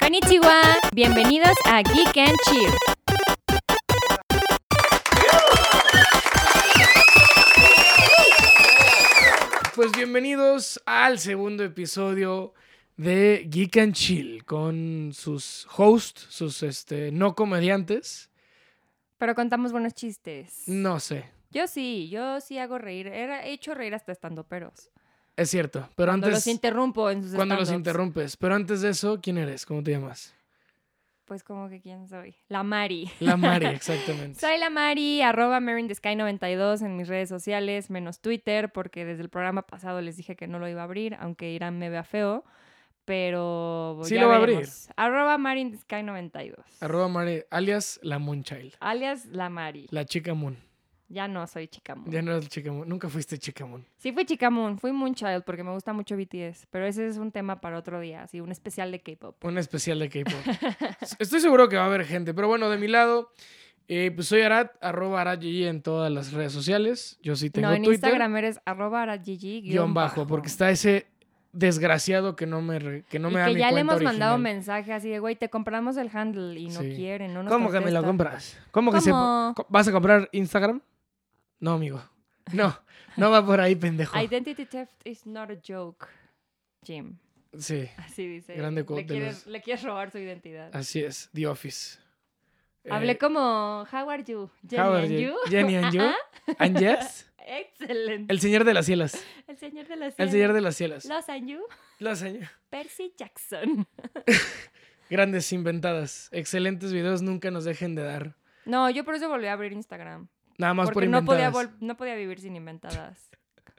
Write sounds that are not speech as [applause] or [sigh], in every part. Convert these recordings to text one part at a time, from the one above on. Konnichiwa. Bienvenidos a Geek and Chill. Pues bienvenidos al segundo episodio de Geek and Chill con sus hosts, sus este, no comediantes. Pero contamos buenos chistes. No sé, Yo sí, yo sí hago reír. Era- He hecho reír hasta estando peros. es cierto. Pero Cuando los antes, interrumpo en sus cuando los stand-ups. interrumpes. Pero antes de eso, ¿quién eres? ¿Cómo te llamas? Pues como que quién soy. La Mari. [laughs] La Mari, exactamente. Soy la Mari, arroba Mary in the Sky 92 en mis redes sociales, menos Twitter, porque desde el programa pasado les dije que no lo iba a abrir, aunque Irán me vea feo, pero Sí ya lo va a abrir. veremos. Arroba Mary in the Sky 92. Arroba Mari, alias la Moonchild. Alias la Mari. La chica Moon. Ya no soy chica moon. Ya no eres chica Moon. Nunca fuiste chica Moon. Sí fui chica moon, fui Moonchild porque me gusta mucho BTS, pero ese es un tema para otro día, así un especial de K-pop. Un especial de K-pop. [laughs] Estoy seguro que va a haber gente, pero bueno, de mi lado, eh, pues soy Arat, arroba Arat GG en todas las redes sociales. Yo sí tengo No, en Twitter. Instagram eres arroba aragigi guión bajo, porque está ese desgraciado que no me, re- que no me y da que mi ya le cuenta hemos mandado original. mensaje así de, güey, te compramos el handle y no Sí. quieren, no nos ¿Cómo que me lo contestan". compras? ¿Cómo que se- ¿Cómo? co- ¿Vas a comprar Instagram? No, amigo. No, no va por ahí, pendejo. [laughs] Identity theft is not a joke, Jim. Sí, Así dice. Grande quote le, de quieres, los- le quieres robar su identidad. así es, The Office. Eh, Hablé como, how are you? Jenny how are and you? you? Jenny [laughs] and you. Ah, And yes, Excelente. el señor de las cielas. El, señor de las El cielas. señor de las cielas. Los and you? La señor. Percy Jackson. Grandes inventadas. Excelentes videos, nunca nos dejen de dar. No, yo por eso volví a abrir Instagram. Nada más por porque no podía, inventadas. vol- no podía vivir sin inventadas.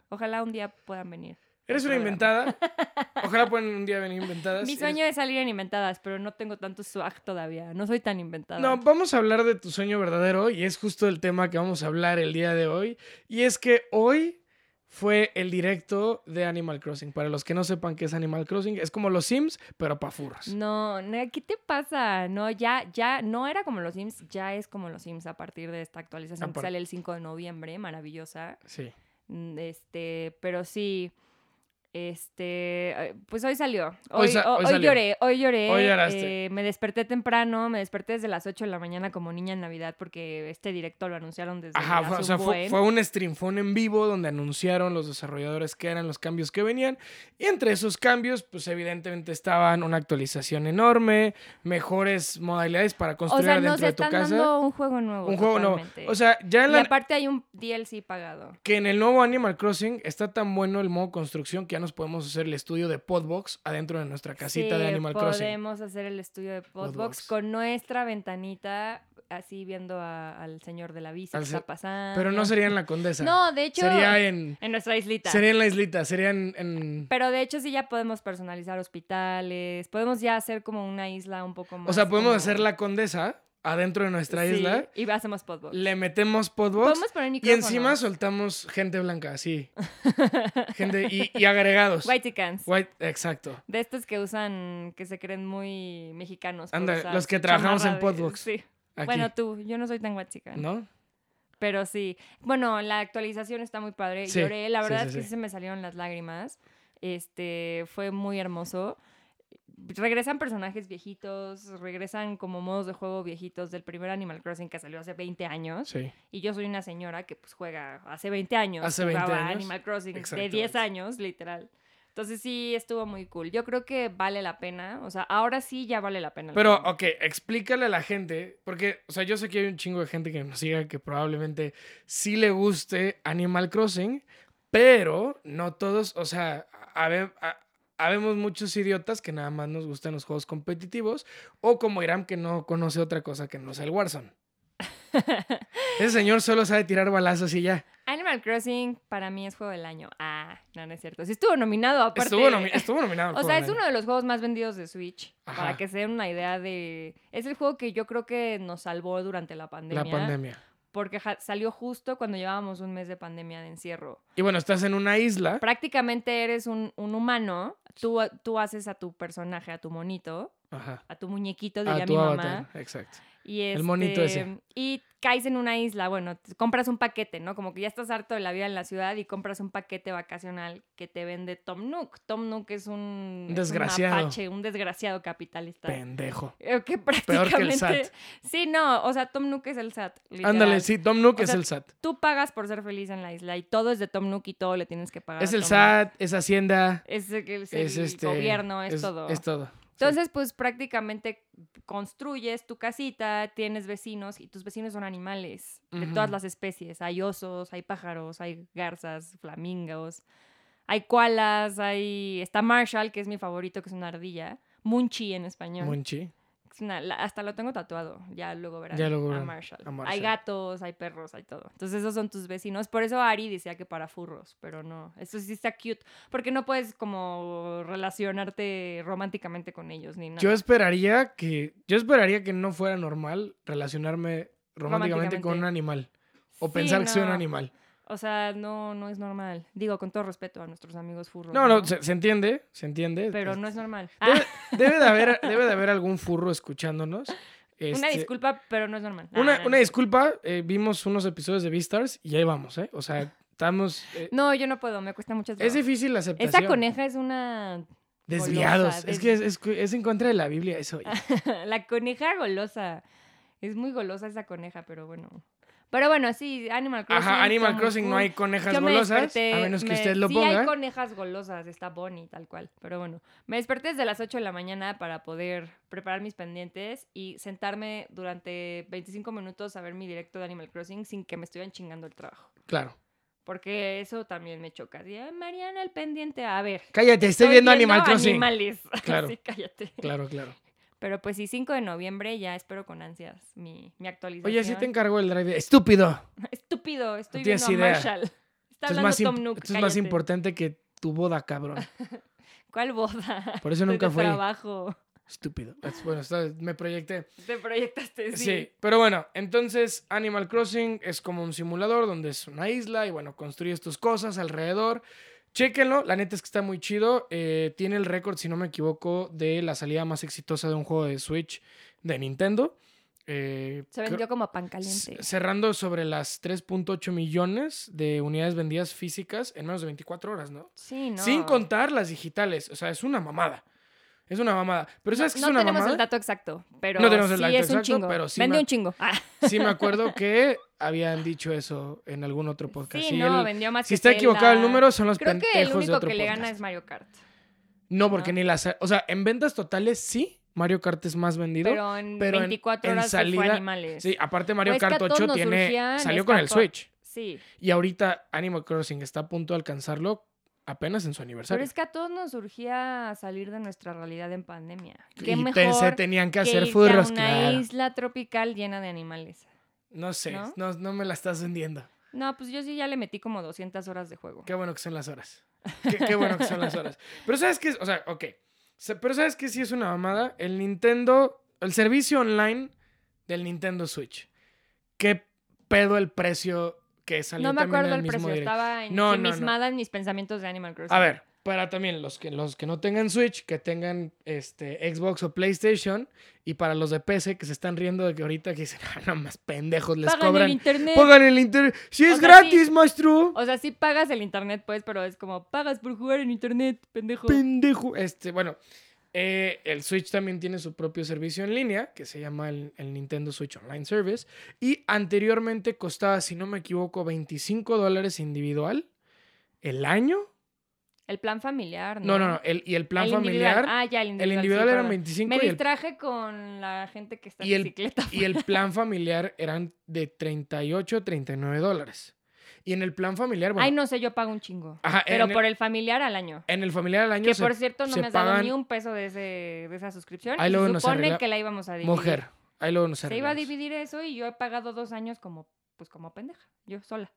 Ojalá un día puedan venir. Eres una programa. inventada. [laughs] Ojalá puedan un día venir inventadas. Ah, Mi Eres- sueño es salir en inventadas, pero no tengo tanto swag todavía. No soy tan inventada. No, vamos a hablar de tu sueño verdadero y es justo el tema que vamos a hablar el día de hoy. Y es que hoy fue el directo de Animal Crossing. Para los que no sepan qué es Animal Crossing, es como los Sims, pero pa' furros. No, ne- ¿qué te pasa? No, ya, ya, no era como los Sims, ya es como los Sims a partir de esta actualización Apar- que sale el 5 de noviembre, maravillosa. Sí. Mm, Este, pero sí, este, eh, pues hoy salió. Hoy Hoy, sa- ho- hoy hoy salió. lloré, hoy lloré. Hoy lloraste. eh, me desperté temprano, me desperté desde las 8 de la mañana como niña en Navidad porque este directo lo anunciaron desde Ajá, hace fue, o un sea, fue, buen. fue un stream, fue un en vivo donde anunciaron los desarrolladores qué eran los cambios que venían. Y entre esos cambios, pues evidentemente estaban una actualización enorme, mejores modalidades para O construir sea, dentro nos de tu están casa. dando un juego nuevo. un juego nuevo. totalmente. O sea, ya en y la, aparte hay un DLC pagado. que en el nuevo Animal Crossing está tan bueno el modo construcción que ya nos podemos hacer el estudio de Podbox adentro de nuestra casita Sí, de Animal Crossing. Podemos hacer el estudio de Podbox. Podbox con nuestra ventanita, así viendo a- al señor de la bici Al que se- está pasando. Pero no sería en la Condesa. No, de hecho, Sería en, en nuestra islita. sería en la islita, sería en... en- Pero de hecho sí ya podemos personalizar hospitales, podemos ya hacer como una isla un poco más. o sea, podemos como- hacer la Condesa adentro de nuestra Sí, isla, Y hacemos Podbox. le metemos Podbox Podemos poner y micrófonos. encima soltamos gente blanca, sí. [laughs] gente y, y agregados. Whitecans. White- exacto. De estos que usan, que se creen muy mexicanos. por Ándale, usar los que su trabajamos chamarra en de- Podbox. Sí. Aquí, Bueno, tú, yo no soy tan guachican. ¿no? Pero sí. Bueno, la actualización está muy padre. Sí, Lloré, la sí, verdad sí, es que sí. sí se me salieron las lágrimas. Este, fue muy hermoso. Regresan personajes viejitos, regresan como modos de juego viejitos del primer Animal Crossing que salió hace 20 años. Sí. Y yo soy una señora que pues juega hace 20 años. Hace 20 jugaba años. Animal Crossing de Exactamente. 10 años, literal. Entonces sí, estuvo muy cool. Yo creo que vale la pena. O sea, ahora sí ya vale la pena. el Pero, juego. ok, explícale a la gente, porque, o sea, yo sé que hay un chingo de gente que nos siga que probablemente sí le guste Animal Crossing, pero no todos, o sea, habe- ha- habemos muchos idiotas que nada más nos gustan los juegos competitivos, o como Irán que no conoce otra cosa que no sea [laughs] el Warzone. Ese señor solo sabe tirar balazos y ya. Animal Crossing para mí es juego del año. Ah, no, no es cierto. Sí estuvo nominado, aparte. Estuvo, nomi- estuvo nominado. [laughs] O al juego sea, del es año. uno de los juegos más vendidos de Switch. Ajá. Para que se den una idea de... Es el juego que yo creo que nos salvó durante la pandemia. La pandemia. Porque ja- salió justo cuando llevábamos un mes de pandemia de encierro. Y bueno, estás en una isla. Prácticamente eres un, un humano. Tú, tú haces a tu personaje, a tu monito, Ajá. a tu muñequito, diría A mi tu mamá. avatar. Exacto. Y este, El monito ese. Y caes en una isla, bueno, te- compras un paquete, ¿no? Como que ya estás harto de la vida en la ciudad y compras un paquete vacacional que te vende Tom Nook. Tom Nook es un... es un Desgraciado. mapache, un desgraciado capitalista. Pendejo. Eh, [laughs] Que Peor prácticamente... [laughs] que el SAT. Sí, no, o sea, Tom Nook es el SAT. literal. Ándale, sí, Tom Nook O es sea, el SAT. Tú pagas por ser feliz en la isla y todo es de Tom Nook y todo le tienes que pagar. Es a el ah, Tom Nook. SAT, es Hacienda, Es, el- es es el este. gobierno, es, todo. Es todo. Sí. Entonces, pues prácticamente construyes tu casita, tienes vecinos y tus vecinos son animales de Ujú. todas las especies. Hay osos, hay pájaros, hay garzas, flamingos, hay koalas, hay... Está Marshall, que es mi favorito, que es una ardilla. Munchi en español. Monchi. Es una- la- hasta lo tengo tatuado, ya luego verán. Ya luego a verán, Marshall. a Hay Marshall. gatos, hay perros, hay todo. Entonces esos son tus vecinos. Por eso Ari decía que para furros, pero no. Eso sí está cute, porque no puedes como relacionarte románticamente con ellos ni nada. Yo esperaría que. Yo esperaría que no fuera normal relacionarme románticamente con un Románticamente. animal. O Sí, pensar que soy un no. animal. O sea, no, no es normal. Digo, con todo respeto a nuestros amigos furros. No, no, se, se entiende, se entiende. Pero Es- no es normal. Debe, Ah, debe de [laughs] haber, debe de haber algún furro escuchándonos. una Este, disculpa, pero no es normal. Ah, Una, no, una no. disculpa, eh, vimos unos episodios de Beastars y ahí vamos, ¿eh? O sea, estamos... eh, No, yo no puedo, me cuesta mucho es trabajo. difícil la aceptación. Esa coneja es una... Desviados. golosa, es des- que es, es- es en contra de la Biblia eso. oye. [laughs] la coneja golosa. Es muy golosa esa coneja, pero bueno. Pero bueno, sí, Animal Crossing. Ajá, está Animal muy Crossing no cool. hay conejas Yo me golosas, desperté, a menos que me- usted lo sí ponga. hay conejas golosas, está Bonnie, tal cual. Pero bueno, me desperté desde las 8 de la mañana para poder preparar mis pendientes y sentarme durante 25 minutos a ver mi directo de Animal Crossing sin que me estuvieran chingando el trabajo. Claro. Porque eso también me choca. Así, "Ay, Mariana, el pendiente, a ver. Cállate, estoy viendo Animal Crossing. Animales. [laughs] Claro. sí, cállate. [laughs] Claro, claro. Pero pues sí, 5 de noviembre ya espero con ansias mi, mi actualización. Oye, sí te encargó el drive. Estúpido. [laughs] Estúpido, estoy No tienes viendo a idea. Marshall. Está Esto es hablando más, Tom imp- Nook. esto es más cállate. importante que tu boda, cabrón. ¿Cuál boda? [laughs] Por [laughs] eso Estoy de nunca fue. trabajo. Estúpido. Es- Bueno, está- me proyecté. Te proyectaste, Sí. sí. pero bueno, entonces Animal Crossing es como un simulador donde es una isla y bueno, construyes tus cosas alrededor. Chéquenlo, la neta es que está muy chido. eh, tiene el récord, si no me equivoco, de la salida más exitosa de un juego de Switch de Nintendo. Eh, Se creo- vendió como pan caliente. c- Cerrando sobre las 3.8 millones de unidades vendidas físicas en menos de 24 horas, ¿no? Sí, no. Sin contar las digitales. O sea, es una mamada. Es una mamada. Pero ¿sabes que No es una tenemos mamada? el dato exacto, pero No tenemos sí el dato es un exacto, chingo. pero sí Vendió me- un chingo. Ah, Sí, me acuerdo que habían dicho eso en algún otro podcast. sí, Y no, el- vendió más si que está Zelda. equivocado el número, son los Creo que el pendejos de único otro que le podcast. gana es Mario Kart. No, porque ¿no? ni las. O sea, en ventas totales sí, Mario Kart es más vendido. Pero en pero en- 24 en horas se fue salida- animales. sí, aparte Mario Pues que a Kart todos 8 nos tiene, surgían salió con el escapar- Switch. sí. Y ahorita Animal Crossing está a punto de alcanzarlo apenas en su Pero aniversario. es que a todos nos surgía salir de nuestra realidad en pandemia. Qué y te- mejor se tenían que que hacer irte furros, a una claro. isla tropical llena de animales. No sé, ¿no? ¿no? no me la estás vendiendo. No, pues yo sí ya le metí como 200 horas de juego. Qué bueno que son [laughs] las horas. Qué, qué bueno que son las horas. Pero sabes que, o sea, ok. Sa- Pero sabes que sí es una mamada. El Nintendo, el servicio online del Nintendo Switch. Qué pedo el precio que salió No me también acuerdo en el mismo precio, directo. estaba en- No, no, no. ensimismada en mis pensamientos de Animal Crossing. A ver, para también los que, los que no tengan Switch, que tengan este, Xbox o PlayStation, y para los de PC que se están riendo de que ahorita que dicen, ah, nada más pendejos, les Pagan el cobran. internet. Pongan el internet. Si es O sea, gratis, sí. maestro. O sea, sí pagas el internet, pues, pero es como pagas por jugar en internet, pendejo. pendejo. Este, bueno, eh, el Switch también tiene su propio servicio en línea, que se llama el, el Nintendo Switch Online Service. Y anteriormente costaba, si no me equivoco, 25 dólares individual el año. El plan familiar, Ah, ¿no? No, no, no. el- y el plan El individual. familiar. Ah, ya, el individual. el sí, individual eran perdón. 25 Me y el, distraje con la gente que está y el- en [laughs] bicicleta. y el plan familiar eran de 38 a 39 dólares. Y en el plan familiar, bueno, Ay, no sé, yo pago un chingo. ajá, Pero en, el, por el familiar al año. en el familiar al año Que se- por cierto, no se me has dado pagan- ni un peso de, ese, de esa suscripción. Ahí y luego se nos supone arregla- que la íbamos a dividir. mujer. Ahí luego nos Se iba a arreglamos. dividir eso y yo he pagado dos años como, pues como pendeja, yo sola.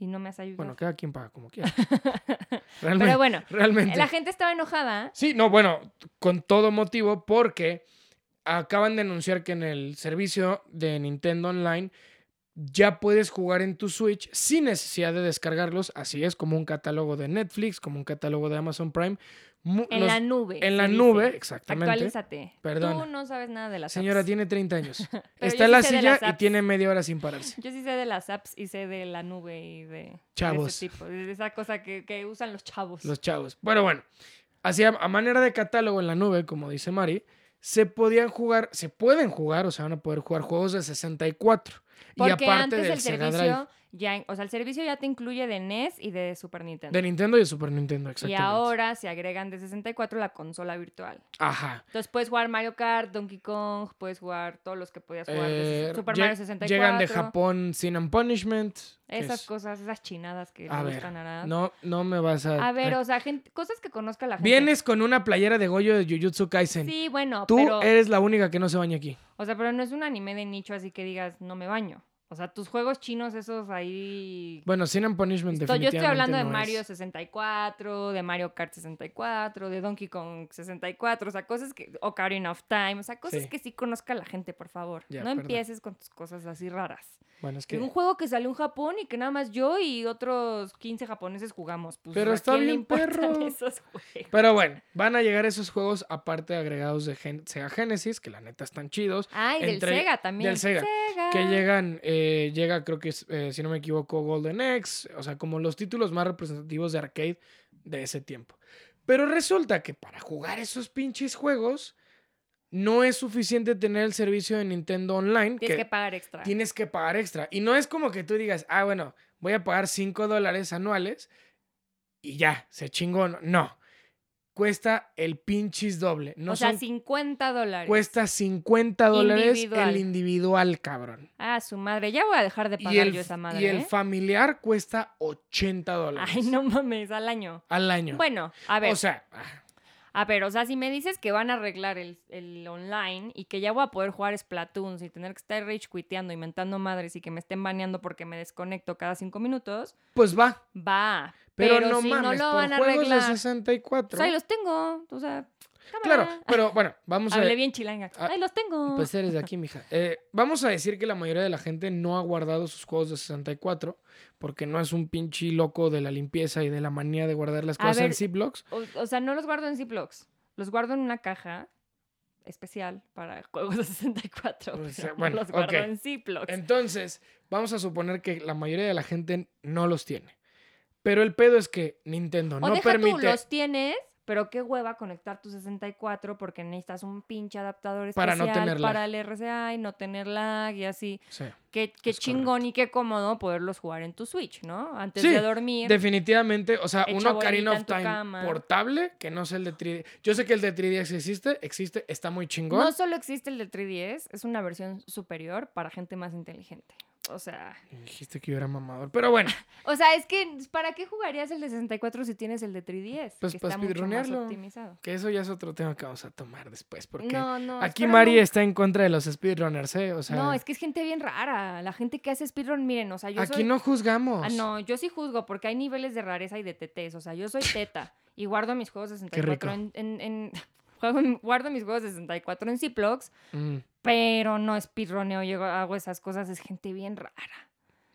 Y no me has ayudado. Bueno, cada quien paga como [laughs] quiera. Realmente. Pero bueno, Realmente. la gente estaba enojada. Sí, no, bueno, con todo motivo, porque acaban de anunciar que en el servicio de Nintendo Online ya puedes jugar en tu Switch sin necesidad de descargarlos. Así es, como un catálogo de Netflix, como un catálogo de Amazon Prime, mu- En los- la nube. en la se dice. nube, exactamente. Actualízate. Perdona. Tú no sabes nada de las Señora, apps. tiene 30 [laughs] años. yo Está en la sí sé de silla las y apps. tiene media hora sin pararse. Yo sí sé de las apps y sé de la nube y de- de. Chavos. ese tipo, de esa cosa que, que usan los chavos. Los chavos. Bueno, bueno. Así a, a manera de catálogo en la nube, como dice Mari, se podían jugar, se pueden jugar, o sea, van a poder jugar juegos de 64. y Porque aparte antes del el Sega Drive. servicio ya, o sea, el servicio ya te incluye de NES y de Super Nintendo. De Nintendo y de Super Nintendo, y exactamente. ahora se agregan de 64 la consola virtual. Ajá. Entonces puedes jugar Mario Kart, Donkey Kong, puedes jugar todos los que podías jugar. de Eh, Super lle- Mario 64. Llegan de Japón Sin and Punishment. que Esas es- cosas, esas chinadas que A le ver, gustan a Arad. No, no me vas a. A ver, o sea, gente- cosas que conozca la gente. Vienes con una playera de Goyo de Jujutsu Kaisen. Sí, bueno, Tú pero, eres la única que no se baña aquí. o sea, pero no es un anime de nicho así que digas, no me baño. O sea, tus juegos chinos esos ahí... Bueno, Sin and Punishment Estoy- yo estoy hablando de definitivamente Mario no es. 64, de Mario Kart 64, de Donkey Kong 64, o sea, cosas que... Ocarina of Time, o sea, cosas Sí. que sí conozca la gente, por favor. Ya, no perdón. empieces con tus cosas así raras. Bueno, es Que Un que. juego que salió en Japón y que nada más yo y otros 15 japoneses jugamos. Pues, Pero ¿a está quién le bien, importan [laughs] perro. esos juegos? Pero bueno, van a llegar esos juegos aparte agregados de Gen- Sega Genesis, que la neta están chidos. Ay, del Entre- Sega también. del Sega, Que Sega. llegan, eh, llega creo que es, eh, si no me equivoco, Golden X, o sea, como los títulos más representativos de arcade de ese tiempo. Pero resulta que para jugar esos pinches juegos no es suficiente tener el servicio de Nintendo Online, Tienes que que pagar extra. tienes que pagar extra. Y no es como que tú digas, ah, bueno, voy a pagar 5 dólares anuales y ya, se chingó. No, cuesta el pinches doble. No o sea, son- 50 dólares. Cuesta 50 dólares Individual. el individual, cabrón. Ah, su madre. Ya voy a dejar de pagar Y el, yo esa y madre. el ¿eh? familiar cuesta 80 dólares Ay, no mames, al año. al año. Bueno, a ver, O sea, ah, a ver, o sea, si me dices que van a arreglar el, el online y que ya voy a poder jugar Splatoon sin tener que estar rage quiteando, inventando madres y que me estén baneando porque me desconecto cada cinco minutos, pues va. va. Pero, Pero, no si mames, no lo por van a juegos arreglar. de O 64. sea, ahí los tengo. O sea, claro, cámara. pero bueno, [laughs] vamos a Hablé bien chilanga. Ah, Ahí los tengo. Pues eres de aquí, mija. Eh, vamos a decir que la mayoría de la gente no ha guardado sus juegos de 64 porque no es un pinche loco de la limpieza y de la manía de guardar las A cosas en ver, Ziplocs. O, o sea, no los guardo en Ziplocs. Los guardo en una caja especial para juegos de 64. Pues, pero eh, bueno, no los guardo ok. en Ziplocs. Entonces, vamos a suponer que la mayoría de la gente no los tiene. Pero el pedo es que Nintendo o no deja tú, permite los tienes, pero qué hueva conectar tu 64 porque necesitas un pinche adaptador especial Para no tener lag. para el RCA y no tener lag y así. Sí. Qué, qué Es chingón y qué cómodo poderlos jugar en tu Switch, ¿no? Antes Sí, de dormir. Definitivamente, o sea, Hecha un bolita Ocarina of en tu Time cama. portable, que no es el de 3D. Yo sé que el de 3DS existe, existe, está muy chingón. No solo existe el de 3DS, es una versión superior para gente más inteligente. O sea, Dijiste que yo era mamador, pero bueno, O sea, es que ¿para qué jugarías el de 64 si tienes el de 3DS? Pues que para está mucho más speedronearlo. optimizado. que eso ya es otro tema que vamos a tomar después, porque No, no. aquí espera, Mari no. está en contra de los speedrunners, ¿eh? O sea, No, es que es gente bien rara. La gente que hace speedrun, miren, o sea, yo aquí soy no juzgamos. Ah, no, yo sí juzgo porque hay niveles de rareza y de tetes, o sea, yo soy teta y guardo mis juegos de rico. 64 en, en, en- [laughs] juego en- guardo mis juegos de 64 en Ziplocs, Mm. pero no speedroneo, yo hago esas cosas, es gente bien rara.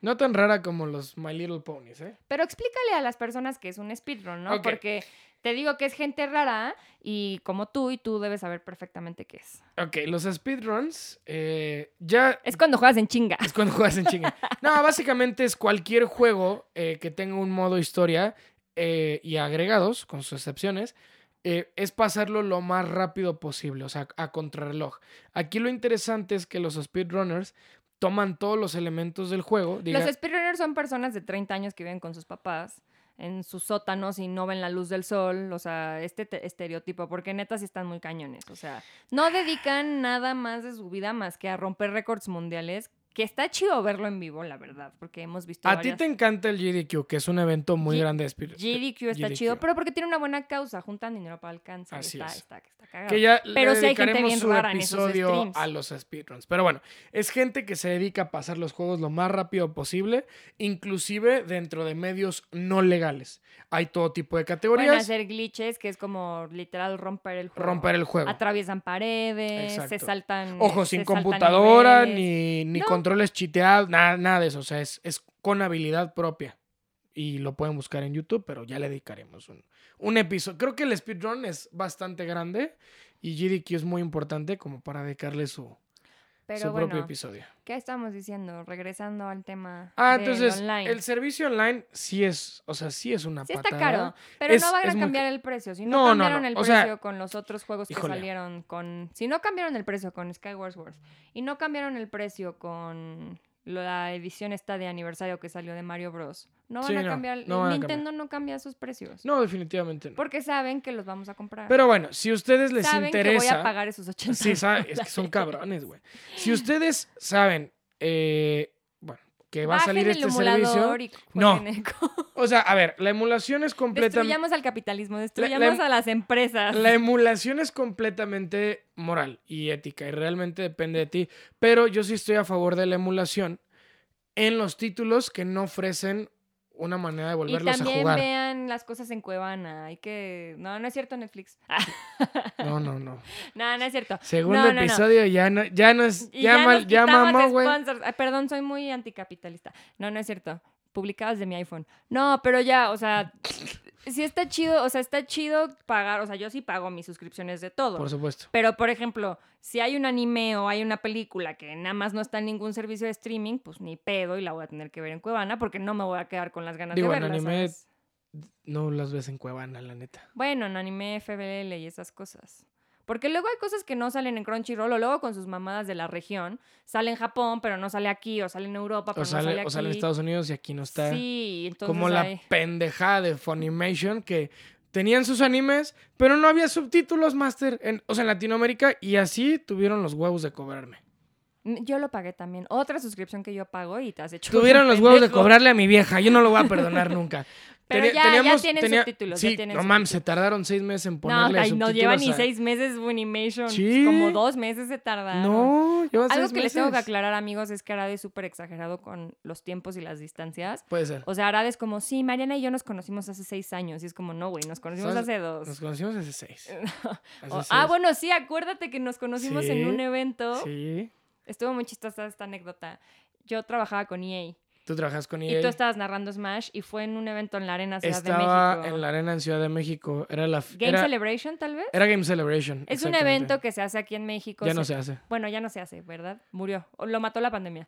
No tan rara como los My Little Ponies, ¿eh? Pero explícale a las personas que es un speedrun, ¿no? Ok. Porque te digo que es gente rara y como tú y tú debes saber perfectamente qué es. Ok, los speedruns eh, ya Es cuando juegas en chinga. Es cuando [laughs] juegas en chinga. No, básicamente es cualquier juego eh, que tenga un modo historia eh, y agregados, con sus excepciones, eh, es pasarlo lo más rápido posible, o sea, a contrarreloj. Aquí lo interesante es que los speedrunners toman todos los elementos del juego. diga- Los speedrunners son personas de 30 años que viven con sus papás en sus sótanos y no ven la luz del sol, o sea, este te- estereotipo, porque neta sí están muy cañones, o sea, no dedican nada más de su vida más que a romper récords mundiales, que está chido verlo en vivo, la verdad, porque hemos visto... a ti varias- te encanta el GDQ, que es un evento muy G- grande de speedrunners. GDQ está GDQ. chido, pero porque tiene una buena causa, juntan dinero para el cáncer. Así está, es. está, está cagado. Que ya Pero le sí hay gente dedicaremos bien su rara en esos episodio streams. a los speedruns. Pero bueno, es gente que se dedica a pasar los juegos lo más rápido posible, inclusive dentro de medios no legales. Hay todo tipo de Pueden categorías. hacer glitches, que es como literal romper el juego. Romper el juego. Atraviesan paredes, se Exacto. saltan. Ojo, se sin saltan computadora, niveles. ni, ni No. controles chiteados, nada, nada de eso. O sea, es, es con habilidad propia. y lo pueden buscar en YouTube, pero ya le dedicaremos un, un episodio. Creo que el speedrun es bastante grande y GDQ es muy importante como para dedicarle su, Pero su bueno, propio episodio. ¿qué estamos diciendo? Regresando al tema Ah, del entonces online. el servicio online sí es, o sea, sí es una Sí está patada. caro, pero Es- no van a es muy cambiar el precio. Si No, no, no, cambiaron no, el o precio sea, con los otros juegos que híjole. salieron con... Si no cambiaron el precio con Skyward Sword y no cambiaron el precio con la edición esta de aniversario que salió de Mario Bros. No van Sí, a no, cambiar... no van a Nintendo no cambia sus precios. No, definitivamente no. Porque saben que los vamos a comprar. Pero bueno, si a ustedes les saben que interesa... voy a pagar esos 80 [laughs] Sí, sabe- es que son cabrones, güey. Si ustedes saben, eh, bueno, que va a [laughs] salir Bajen el este emulador servicio. y No. jueguen [laughs] eco. O sea, a ver, la emulación es completamente. Destruyamos al capitalismo, la em- destruyamos a las empresas. La emulación es completamente moral y ética y realmente depende de ti. Pero yo sí estoy a favor de la emulación en los títulos que no ofrecen una manera de Y volverlos a también jugar. vean las cosas en Cuevana. Hay que. No, no es cierto, Netflix. [laughs] No, no, no. no, no es cierto. Segundo No, no, no. episodio ya no, ya no es, Y ya, ya, mal- nos ya quitamos mamó, güey. sponsors. Ay, perdón, soy muy anticapitalista. No, no es cierto. Publicadas de mi iPhone. No, pero ya, o [laughs] sea, sí está chido, o sea, está chido pagar, o sea, yo sí pago mis suscripciones de todo. Por supuesto. Pero, por ejemplo, si hay un anime o hay una película que nada más no está en ningún servicio de streaming, pues ni pedo y la voy a tener que ver en Cuevana porque no me voy a quedar con las ganas Digo, de en verla. anime- ¿sabes? No las ves en Cuevana, la neta. Bueno, en anime, FBL y esas cosas. Porque luego hay cosas que no salen en Crunchyroll o luego con sus mamadas de la región. Sale en Japón, pero no sale aquí, o sale en Europa, pero O sale, no sale o aquí. sale en Estados Unidos y aquí no está. Sí, entonces como la hay- pendejada de Funimation que tenían sus animes, pero no había subtítulos master, en, o sea, en Latinoamérica, y así tuvieron los huevos de cobrarme. Yo lo pagué también. Otra suscripción que yo pago y te has hecho. Tuvieron un los huevos de pendejo. cobrarle a mi vieja, yo no lo voy a perdonar nunca. [laughs] Pero Teni- ya- ya tienen subtítulos, ya Sí, tienen no mames, se tardaron seis meses en No, ponerle ay, no subtítulos. lleva ni a- seis meses Funimation. Sí. Como dos meses se tardaron. No, lleva Algo seis que les tengo que meses. aclarar, amigos, es que Arade es súper exagerado con los tiempos y las distancias. Puede ser. O sea, Arade es como, sí, Mariana y yo nos conocimos hace seis años. Y es como, no, güey, nos conocimos ¿Sabes? hace dos. Nos conocimos [laughs] hace seis. Hace O- ah, seis. bueno, sí, acuérdate que nos conocimos en Sí, un evento. Sí. Estuvo muy chistosa esta anécdota. Yo trabajaba con EA Tú trabajas con y ella. tú estabas narrando Smash y fue en un evento en la Arena Ciudad de Estaba México. en la arena en Ciudad de México. Era la Game era, Celebration, tal vez. era Game Celebration. Es un exactamente. evento que se hace aquí en México. Ya se- no se hace. Bueno, ya no se hace, ¿verdad? Murió. O Lo mató la pandemia.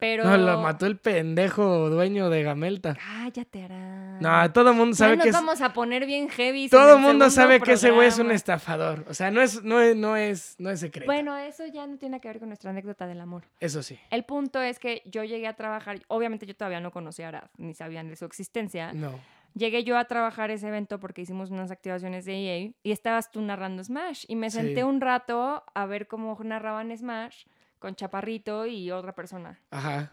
Pero. No, lo mató el pendejo dueño de Gamelta. Cállate, hará. No, todo el mundo Ah. Ya sabe nos que es- vamos a poner bien heavy. todo el mundo segundo sabe que ese güey es un programa. estafador. O sea, no es, no es, no es, no es secreto. Bueno, eso ya no tiene que ver con nuestra anécdota del amor. Eso sí. El punto es que yo llegué a trabajar, obviamente yo todavía no conocía a Arad, ni sabían de su existencia. No. Llegué yo a trabajar ese evento porque hicimos unas activaciones de EA y estabas tú narrando Smash. Y me Sí. senté un rato a ver cómo narraban Smash con Chaparrito y otra persona. Ajá.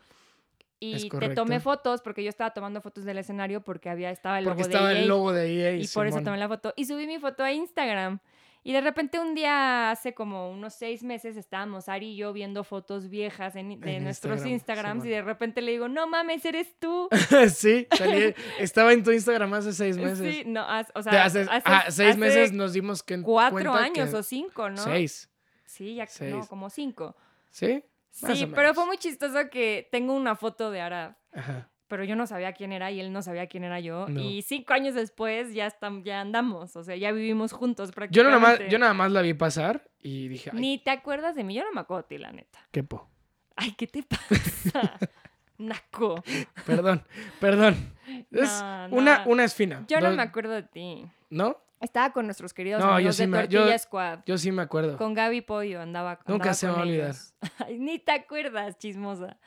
Es Y te correcto. tomé fotos porque yo estaba tomando fotos del escenario porque había estaba el logo Porque de E estaba EA el logo de EA. y por eso Simón. tomé la foto. Y subí mi foto a Instagram. Y de repente un día, hace como unos seis meses, estábamos Ari y yo viendo fotos viejas en- de En nuestros Instagram, Instagrams y Simón. de repente le digo, no mames, eres tú. [laughs] sí, salí- estaba en tu Instagram hace seis meses. Sí, no, haz- o sea, Te haces- haces- ah, seis hace meses nos dimos que cuatro años o cinco, ¿no? Seis. Sí, ya no, Seis. como cinco. ¿Sí? Más Sí, o pero menos. fue muy chistoso que tengo una foto de Arad, Ajá. pero yo no sabía quién era y él no sabía quién era yo. No. Y cinco años después ya, estam- ya andamos, o sea, ya vivimos juntos Yo prácticamente. nada más, yo nada más la vi pasar y dije, ay, Ni te acuerdas de mí, yo no me acuerdo de ti, la neta. qué po. Ay, ¿qué te [laughs] pasa? Naco. Perdón, [laughs] perdón. Es No, una, no. una es fina. Yo no Dos- me acuerdo de ti. ¿No? Estaba con nuestros queridos No, yo amigos sí de me- yo- Tortilla Squad. Yo sí me acuerdo. Con Gaby Pollo andaba Nunca andaba se con me va a olvidar. ellos. [laughs] Ay, ni te acuerdas, chismosa.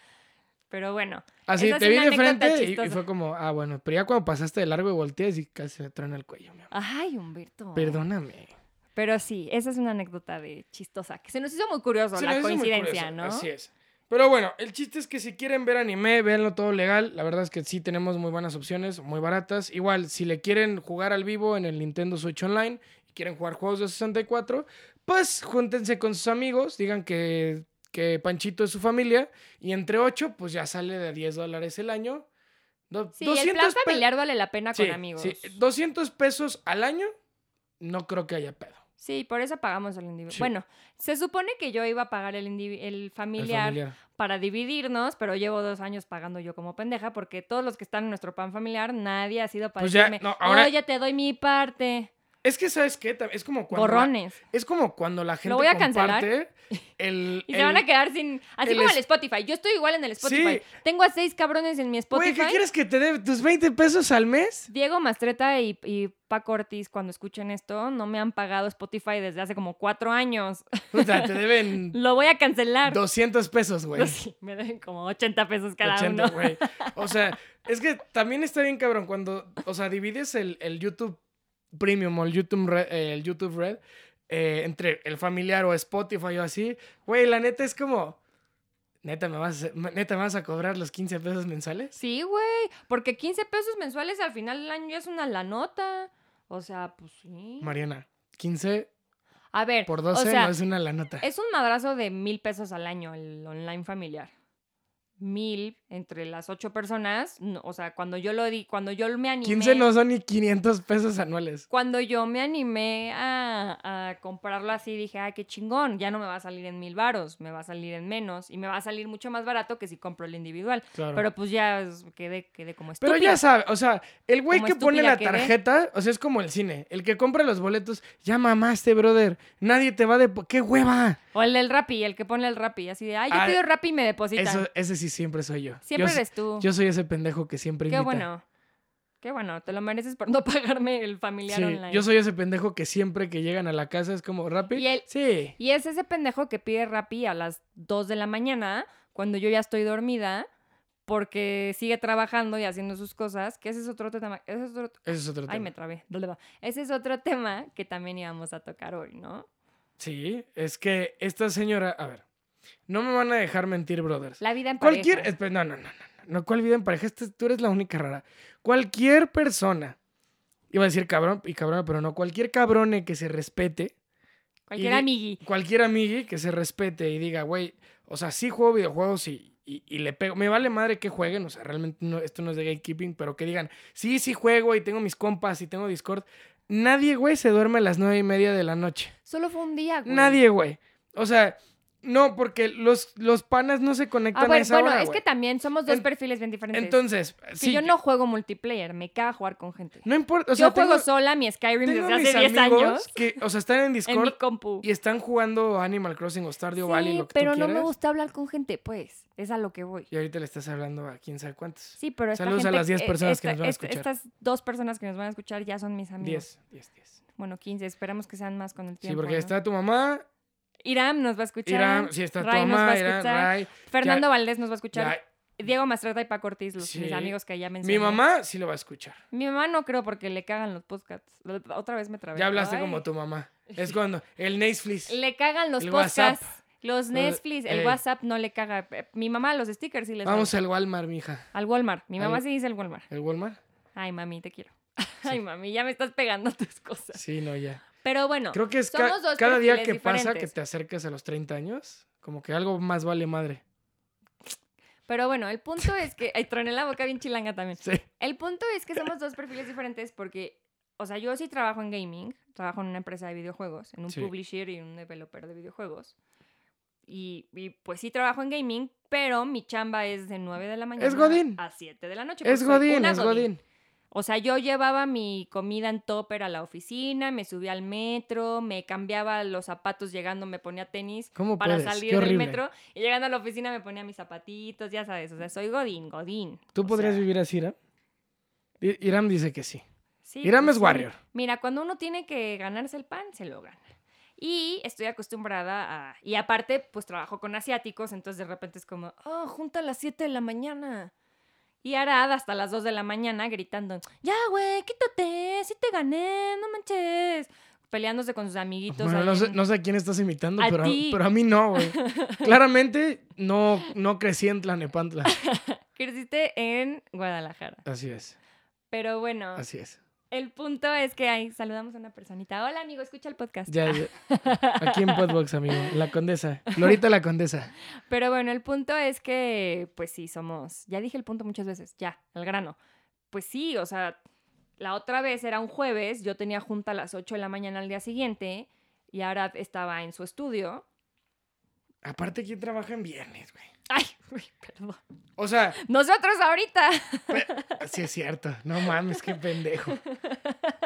Pero bueno, Así esa es te vi una de anécdota frente y- y, chistosa. fue como, ah, bueno, pero ya cuando pasaste de largo y volteas y casi me truena el cuello, mi amor. ay, Humberto. Perdóname. Pero sí, esa es una anécdota de chistosa, que se nos hizo muy curioso Se la me hizo muy coincidencia, curioso, ¿no? Así es. Pero bueno, el chiste es que si quieren ver anime, véanlo todo legal. La verdad es que sí tenemos muy buenas opciones, muy baratas. Igual, si le quieren jugar al vivo en el Nintendo Switch Online y quieren jugar juegos de 64, pues júntense con sus amigos, digan que, que Panchito es su familia y entre 8, pues ya sale de 10 dólares el año. Do- Sí, el plan pe- familiar vale la pena Sí, con amigos. sí, 200 pesos al año, no creo que haya pedo. Sí, por eso pagamos el individuo. Sí. Bueno, se supone que yo iba a pagar el, indivi- el familiar para dividirnos, pero llevo dos años pagando yo como pendeja porque todos los que están en nuestro pan familiar, nadie ha sido para Pues ya, decirme, no, ahora- oye, te doy mi parte. Es que, ¿sabes qué? Tam- Es como cuando. La, Borrones. es como cuando la gente. voy a cancelar. [laughs] comparte el. Y se van a el- quedar sin... Así el como es- el Spotify. Yo estoy igual en el Spotify. Sí. Tengo a seis cabrones en mi Güey, Spotify. ¿qué quieres que te dé tus 20 pesos al mes? Diego Mastreta y, y Paco Ortiz, cuando escuchen esto, no me han pagado Spotify desde hace como cuatro años. O sea, te [laughs] deben Lo voy a cancelar. 200 pesos, Mm. güey. Sí, me deben como 80 pesos cada 80, uno. [laughs] güey. O sea, es que también está bien cabrón cuando, o sea, divides el, el YouTube Premium o el YouTube Red, el YouTube Red eh, entre el familiar o Spotify o así, güey, la neta es como, neta me vas, a- neta me vas a cobrar los 15 pesos mensales. Sí, güey, porque 15 pesos mensuales al final del año ya es una lanota. O sea, pues sí. Mariana, 15 A ver, por 12 o sea, no es... es una la nota. un madrazo de mil pesos al año el online familiar. Mil entre las ocho personas. no, o sea, cuando yo lo di, cuando yo me animé. 15 no son ni 500 pesos anuales. Cuando yo me animé a, a comprarlo así, dije, ah, qué chingón, ya no me va a salir en mil varos, me va a salir en menos y me va a salir mucho más barato que si compro el individual. Claro. Pero pues ya es- quedé, quedé como Pero estúpida. ya sabe, o sea, el güey Como que pone estúpida la quedé. tarjeta, o sea, es como el cine. El que compra los boletos, ya mamaste, brother. Nadie te va a depo... ¡Qué hueva! O el del Rappi, el que pone el Rappi, así de, ay, yo Ah, pido Rappi y me depositan. Eso, ese sí siempre soy yo. Siempre yo, eres tú. Yo soy ese pendejo que siempre Qué invita. bueno. Qué bueno, te lo mereces por [laughs] no pagarme el familiar Sí, online. yo soy ese pendejo que siempre que llegan a la casa es como, ¿Rappi? Y el- Sí. Y es ese pendejo que pide Rappi a las 2 de la mañana, cuando yo ya estoy dormida, porque sigue trabajando y haciendo sus cosas, que ese es otro tema. Ese es otro, Ese es otro tema. ay, me trabé. ¿dónde va? Ese es otro tema que también íbamos a tocar hoy, ¿no? Sí, es que esta señora... A ver, no me van a dejar mentir, brothers. La vida en pareja. Cualquier... espe- No, no, no, no. No, ¿cuál vida en pareja? Este- tú eres la única rara. Cualquier persona, iba a decir cabrón y cabrón, pero no, cualquier cabrone que se respete, Cualquier y- amigui. cualquier amigui que se respete y diga, güey, o sea, sí juego videojuegos y, y- y le pego. Me vale madre que jueguen, o sea, realmente no, esto no es de gatekeeping, pero que digan, sí, sí juego y tengo mis compas y tengo Discord. Nadie, güey, se duerme a las nueve y media de la noche. Solo fue un día, güey. Nadie, güey. O sea, no, porque los, los panas no se conectan Ah, a bueno, esa bueno hora, es güey. que también somos dos En- perfiles bien diferentes. Entonces, Que sí, yo no juego multiplayer, me caga jugar con gente. no importa. O sea, yo juego tengo- sola mi Skyrim tengo desde mis hace 10 amigos años que, o sea, están [laughs] en en mi Discord compu. y están jugando Animal Crossing o Stardew Valley, Sí, lo que tú pero no me quieras. gusta hablar con gente, pues. Es a lo que voy. Y ahorita le estás hablando a quién sabe cuántos. Sí, pero esta Saludos a gente- las 10 eh, personas que esta- nos van a est- escuchar. Estas dos personas que nos van a escuchar ya son mis amigos. 10, 10, 10. Bueno, 15. Esperamos que sean más con el Sí, tiempo. porque ¿no? está tu mamá, Iram nos va a escuchar. Irán, sí, está tu Ray nos va mamá, a Irán, escuchar. Ray. Fernando Valdés nos va a escuchar. ya- Diego Mastreta y Paco Ortiz, los, mis Sí. amigos que ya mencioné. mi mamá sí lo va a escuchar. Mi mamá no creo porque le cagan los podcasts. Otra vez me trabé. Ya hablaste Ay. como tu [laughs] mamá. Es cuando el Netflix. Le cagan los El podcasts. WhatsApp. Los Netflix, el ey. WhatsApp no le caga. Eh, Mi mamá los stickers sí les Vamos manda. al Walmart, mija. al Walmart. Mi mamá al- sí dice el Walmart. ¿El Walmart? Ay, mami, te quiero. [laughs] Ay, mami, ya me estás pegando tus cosas. Sí, no, ya. Pero bueno, Creo que es ca- somos dos cada día que perfiles pasa que diferentes. te acercas a los 30 años, como que algo más vale madre. pero bueno, el punto es que... Ay, troné la boca bien chilanga también. Sí. El punto es que somos dos perfiles diferentes porque, o sea, yo sí trabajo en gaming, trabajo en una empresa de videojuegos, en un Sí. publisher y un developer de videojuegos. Y, y, pues sí trabajo en gaming, pero mi chamba es de 9 de la mañana Godín. a 7 de la noche. Es porque soy Godín, una es Godín. O sea, yo llevaba mi comida en topper a la oficina, me subía al metro, me cambiaba los zapatos llegando, me ponía tenis ¿Cómo para puedes? salir Qué del horrible. metro y llegando a la oficina me ponía mis zapatitos, ya sabes, o sea, soy godín, godín. ¿Tú O podrías sea, vivir así, Irán? I- Irán dice que sí. sí, Irán pues es sí. warrior. Mira, cuando uno tiene que ganarse el pan, se lo gana. Y estoy acostumbrada a... Y aparte, pues trabajo con asiáticos, entonces de repente es como, oh, junta a las 7 de la mañana. Y Arad hasta las 2 de la mañana gritando, ya, güey, quítate, sí te gané, no manches. Peleándose con sus amiguitos. Bueno, ahí no, sé, en- no sé a quién estás imitando, A pero, a, ti. pero a mí [laughs] no, güey. Claramente no, no crecí en Tlanepantla. Creciste en Guadalajara. Así es, Pero bueno, así es. el punto es que ahí saludamos a una personita. Hola, amigo, escucha el podcast. Ya, ya. Aquí en Podbox, amigo. La Condesa. Lorita la Condesa. Pero bueno, el punto es que, pues sí, somos. Ya dije el punto muchas veces, ya, al grano. Pues sí, o sea, la otra vez era un jueves, yo tenía junta a las 8 de la mañana al día siguiente. Y Arad estaba en su estudio. Aparte, ¿quién trabaja en viernes, güey? Ay, [laughs] uy, perdón. O sea, Nosotros ahorita. sí es cierto. No mames, qué pendejo.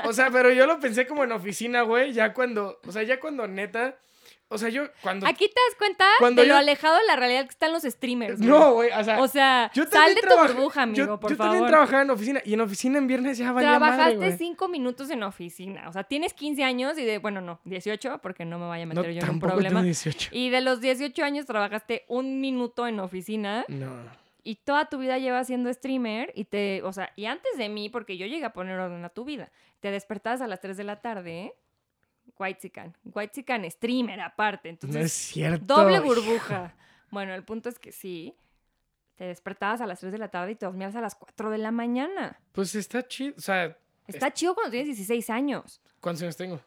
O sea, pero yo lo pensé como en oficina, güey. Ya cuando, o sea, ya cuando neta. O sea, yo cuando. Aquí te das cuenta Cuando de yo- lo alejado de la realidad que están los streamers. güey. No, güey, o sea. O sea, yo sal también de tu trabajé- burbuja, amigo, yo, por yo favor. también trabajaba en oficina. Y en oficina en viernes ya valía madre, Trabajaste güey. cinco minutos en oficina. O sea, tienes 15 años y de, bueno, no, 18, porque no me vaya a No, meter yo en un tampoco tengo problema. 18. Y de los 18 años trabajaste un minuto en oficina No. y toda tu vida llevas siendo streamer y te, o sea, y antes de mí, porque yo llegué a poner orden a tu vida, te despertabas a las 3 de la tarde, White Sican, White streamer aparte, no es entonces cierto. doble burbuja. Bueno, el punto es que sí, te despertabas a las 3 de la tarde y te dormías a las 4 de la mañana. Pues está chido. O sea, Está chido cuando tienes 16 años. ¿cuántos años tengo?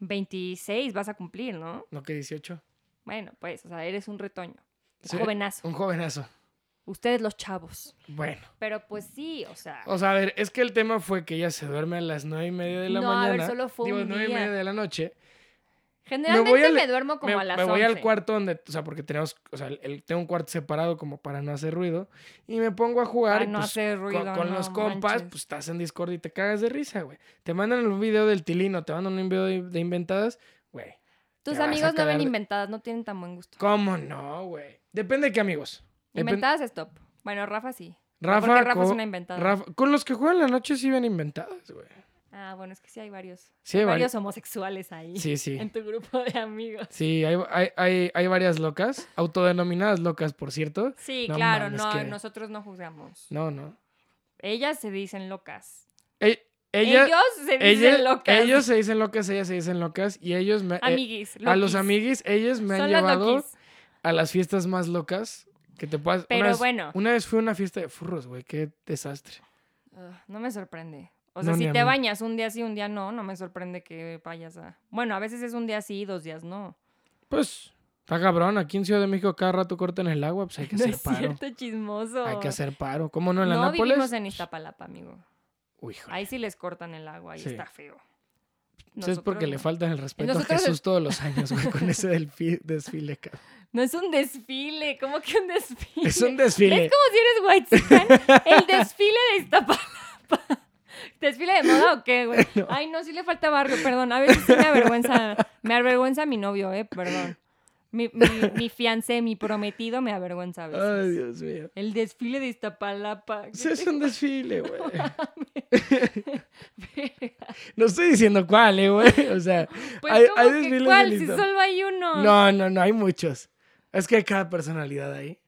26 vas a cumplir, ¿no? No, que 18. Bueno, pues, o sea, eres un retoño, un Sí, jovenazo. Un jovenazo. Ustedes los chavos. Bueno. Pero pues sí, o sea. O sea, a ver, es que el tema fue que ella se duerme a las nueve y media de la No, a ver, mañana. solo fue digo, un nueve y día. media de la noche. Generalmente me voy me, al- duermo como me, a las me voy al 11. cuarto donde, o sea, porque tenemos, o sea, el- el- tengo un cuarto separado como para no hacer ruido y me pongo a jugar Para y, no pues, hacer co- ruido. con, no los compas, manches. pues estás en Discord y te cagas de risa, güey. Te mandan un video del Tilino, te mandan un video de, de inventadas, güey. Tus te vas a amigos no cagar ven de- inventadas, no tienen tan buen gusto. ¿Cómo no, güey? Depende de qué amigos. Depen- Inventadas, stop. Bueno, Rafa sí. Rafa, porque Rafa es co- una inventada. Rafa- con los que juegan la noche sí ven inventadas, güey. Ah, bueno, es que sí hay varios. Sí, hay vari- varios homosexuales ahí. Sí, sí. En tu grupo de amigos. Sí, hay, hay, hay, hay varias locas, autodenominadas locas, por cierto. Sí, No claro, mames, no, que- nosotros no juzgamos. No, no. Ellas se dicen locas. E- [laughs] ella, ellos se dicen ella- locas. Ellos se dicen locas, ellas se dicen locas. Y ellos me. eh, amiguis. a los loquis. amiguis, ellos me han Son las llevado loquis. a las fiestas más locas que te puedas. Pero una vez, bueno. Una vez fui a una fiesta de furros, güey. Qué desastre. Ugh, Ah, no me sorprende. O sea, No, ni si a te mí. bañas un día sí, un día no, no me sorprende que vayas a. Bueno, a veces es un día sí, dos días no. Pues, está cabrón. Aquí en Ciudad de México cada rato cortan el agua. Pues hay que [laughs] no hacer es paro. cierto, chismoso. Hay que hacer paro. ¿Cómo no en la no Nápoles? vivimos en Iztapalapa, amigo. Uy, hijo. Ahí sí les cortan el agua y Sí. está feo. Eso Pues, es porque Nosotros le no. faltan el respeto Nosotros- a Jesús todos los años, güey, con [laughs] ese delfi- desfile, cabrón. No es un desfile, ¿cómo que un desfile? Es un desfile. ¿Ves cómo si eres white El desfile de Iztapalapa. [laughs] ¿Desfile de moda o qué, [laughs] güey? Ay, no, sí le falta barrio, perdón. A veces sí me avergüenza. Me avergüenza mi novio, eh, perdón. Mi, mi, mi fiancé, mi prometido me avergüenza a veces. Ay, Dios mío. El desfile de Iztapalapa. ¿Qué Pues Es un [laughs] desfile, güey. te- [laughs] No estoy diciendo cuál, eh, güey. O sea, Pues, hay, ¿cómo hay que desfiles cuál? de Si listo. solo hay uno. No, no, no, hay muchos. Es que hay cada personalidad ahí.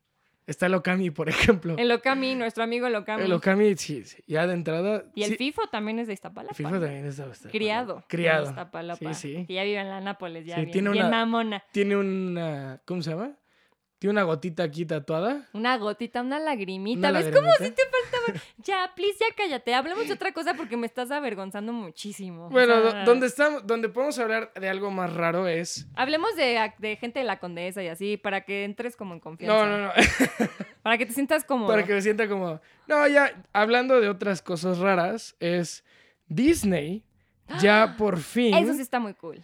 Está el Okami, por ejemplo. El, El Okami, nuestro amigo el Okami. Okami, sí, sí, ya de entrada. Y el sí, FIFO también es de Iztapalapa. el FIFA también está bastante. Criado. Criado. En Iztapalapa. Sí, sí. Que ya vive en la Nápoles, ya Sí, bien, tiene bien una- mamona. Tiene una. ¿Cómo se llama? Tiene una gotita aquí tatuada. Una gotita, una lagrimita. una ¿Ves lagrimita. Ya, please, ya cállate. Hablemos de otra cosa porque me estás avergonzando muchísimo. O Bueno, do- sea, donde estamos, donde podemos hablar de algo más raro es. Hablemos de, de gente de la condesa y así, para que entres como en confianza. No, no, no. Para que te sientas como. Para que me sienta como. No, ya, hablando de otras cosas raras, es Disney. Ya por fin. ¡Ah! Eso sí está muy cool.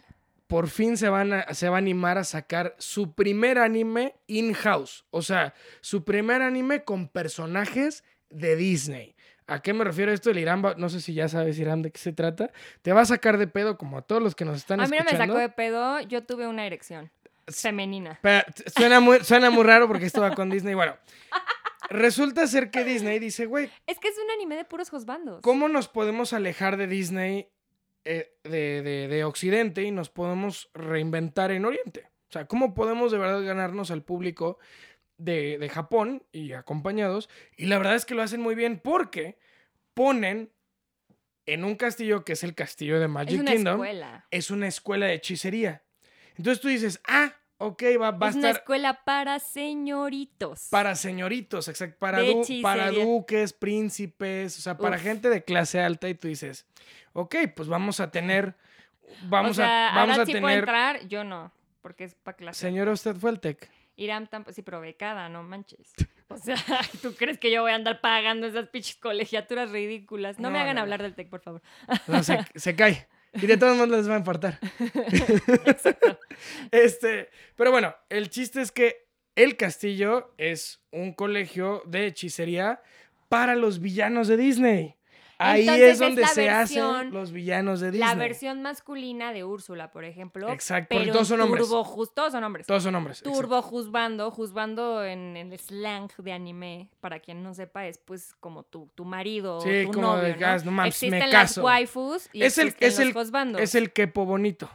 por fin se, van a- se va a animar a sacar su primer anime in-house. O sea, su primer anime con personajes de Disney. ¿A qué me refiero esto? El Irán, va- no sé si ya sabes, Irán, de qué se trata. Te va a sacar de pedo como a todos los que nos están A mí no me escuchando. sacó de pedo, yo tuve una erección Sí. femenina. Pero t- suena, muy, suena muy raro porque esto va con Disney. Bueno, resulta ser que Disney dice, güey, Es que es un anime de puros josbandos. ¿Cómo nos podemos alejar de Disney eh, de, de- de Occidente y nos podemos reinventar en Oriente? O sea, ¿cómo podemos de verdad ganarnos al público de, de Japón y acompañados? Y la verdad es que lo hacen muy bien porque ponen en un castillo que es el castillo de Es Magic una Kingdom, escuela. es una escuela de hechicería. Entonces tú dices, ah, ok, va, va a Es una estar escuela para señoritos. para señoritos, exacto, para, De du- para hechicería. duques, príncipes, o sea, para Uf. gente de clase alta y tú dices, ok, pues vamos a tener, vamos o sea, a, vamos ahora a sí puedo tener, entrar, yo no, porque es para clase. señora usted fue al TEC. Irán tampoco, sí, pero becada, no manches. O sea, [laughs] ¿tú crees que yo voy a andar pagando esas pinches colegiaturas ridículas? No, me No, hagan no, [laughs] no. hablar del TEC, por favor. No, se, se cae, Y de todos modos les va a importar. Exacto. [laughs] Este, pero bueno, el chiste es que el castillo es un colegio de hechicería para los villanos de Disney. Ahí Entonces, es es donde la se hacen versión- los villanos de Disney. La versión masculina de Úrsula, por ejemplo. Exacto, porque Pero todos son hombres. Turbo jus- todos son hombres. Todos son hombres. exacto. Turbo juzbando, juzbando en el slang de anime, para quien no sepa, es pues como tu, tu marido, o Sí, tu como de novio, que, ah, no mames, me Existen caso. las waifus y Es el- existen es los el- juzbandos. Es el quepo bonito.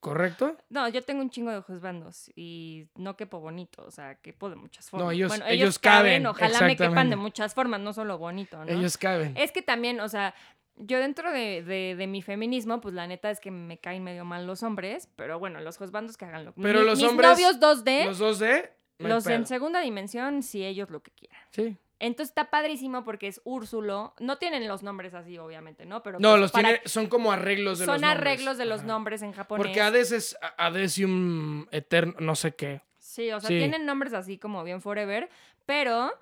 ¿Correcto? No, yo tengo un chingo de juzbandos y no quepo bonito, o sea, quepo de muchas formas. No, ellos- bueno, ellos ellos caben, caben, ojalá me quepan exactamente. de muchas formas, no solo bonito, ¿no? Eh, Ellos caben. Es que también, o sea, yo dentro de, de- de mi feminismo, pues la neta es que me caen medio mal los hombres, pero bueno, los juzbandos que hagan lo que Pero los Mis hombres- novios 2D, Los dos de... no hay eh. los pedo. en segunda dimensión, si ellos lo que quieran. Sí. Entonces está padrísimo porque es Úrsulo. No tienen los nombres así, obviamente, ¿no? Pero No, pues los para- tiene, son como arreglos de los son nombres. arreglos de los Ajá. nombres en japonés. Porque Hades es a- Hadesium Eterno, no sé qué. Sí, o sea, Sí. tienen nombres así como bien forever, pero,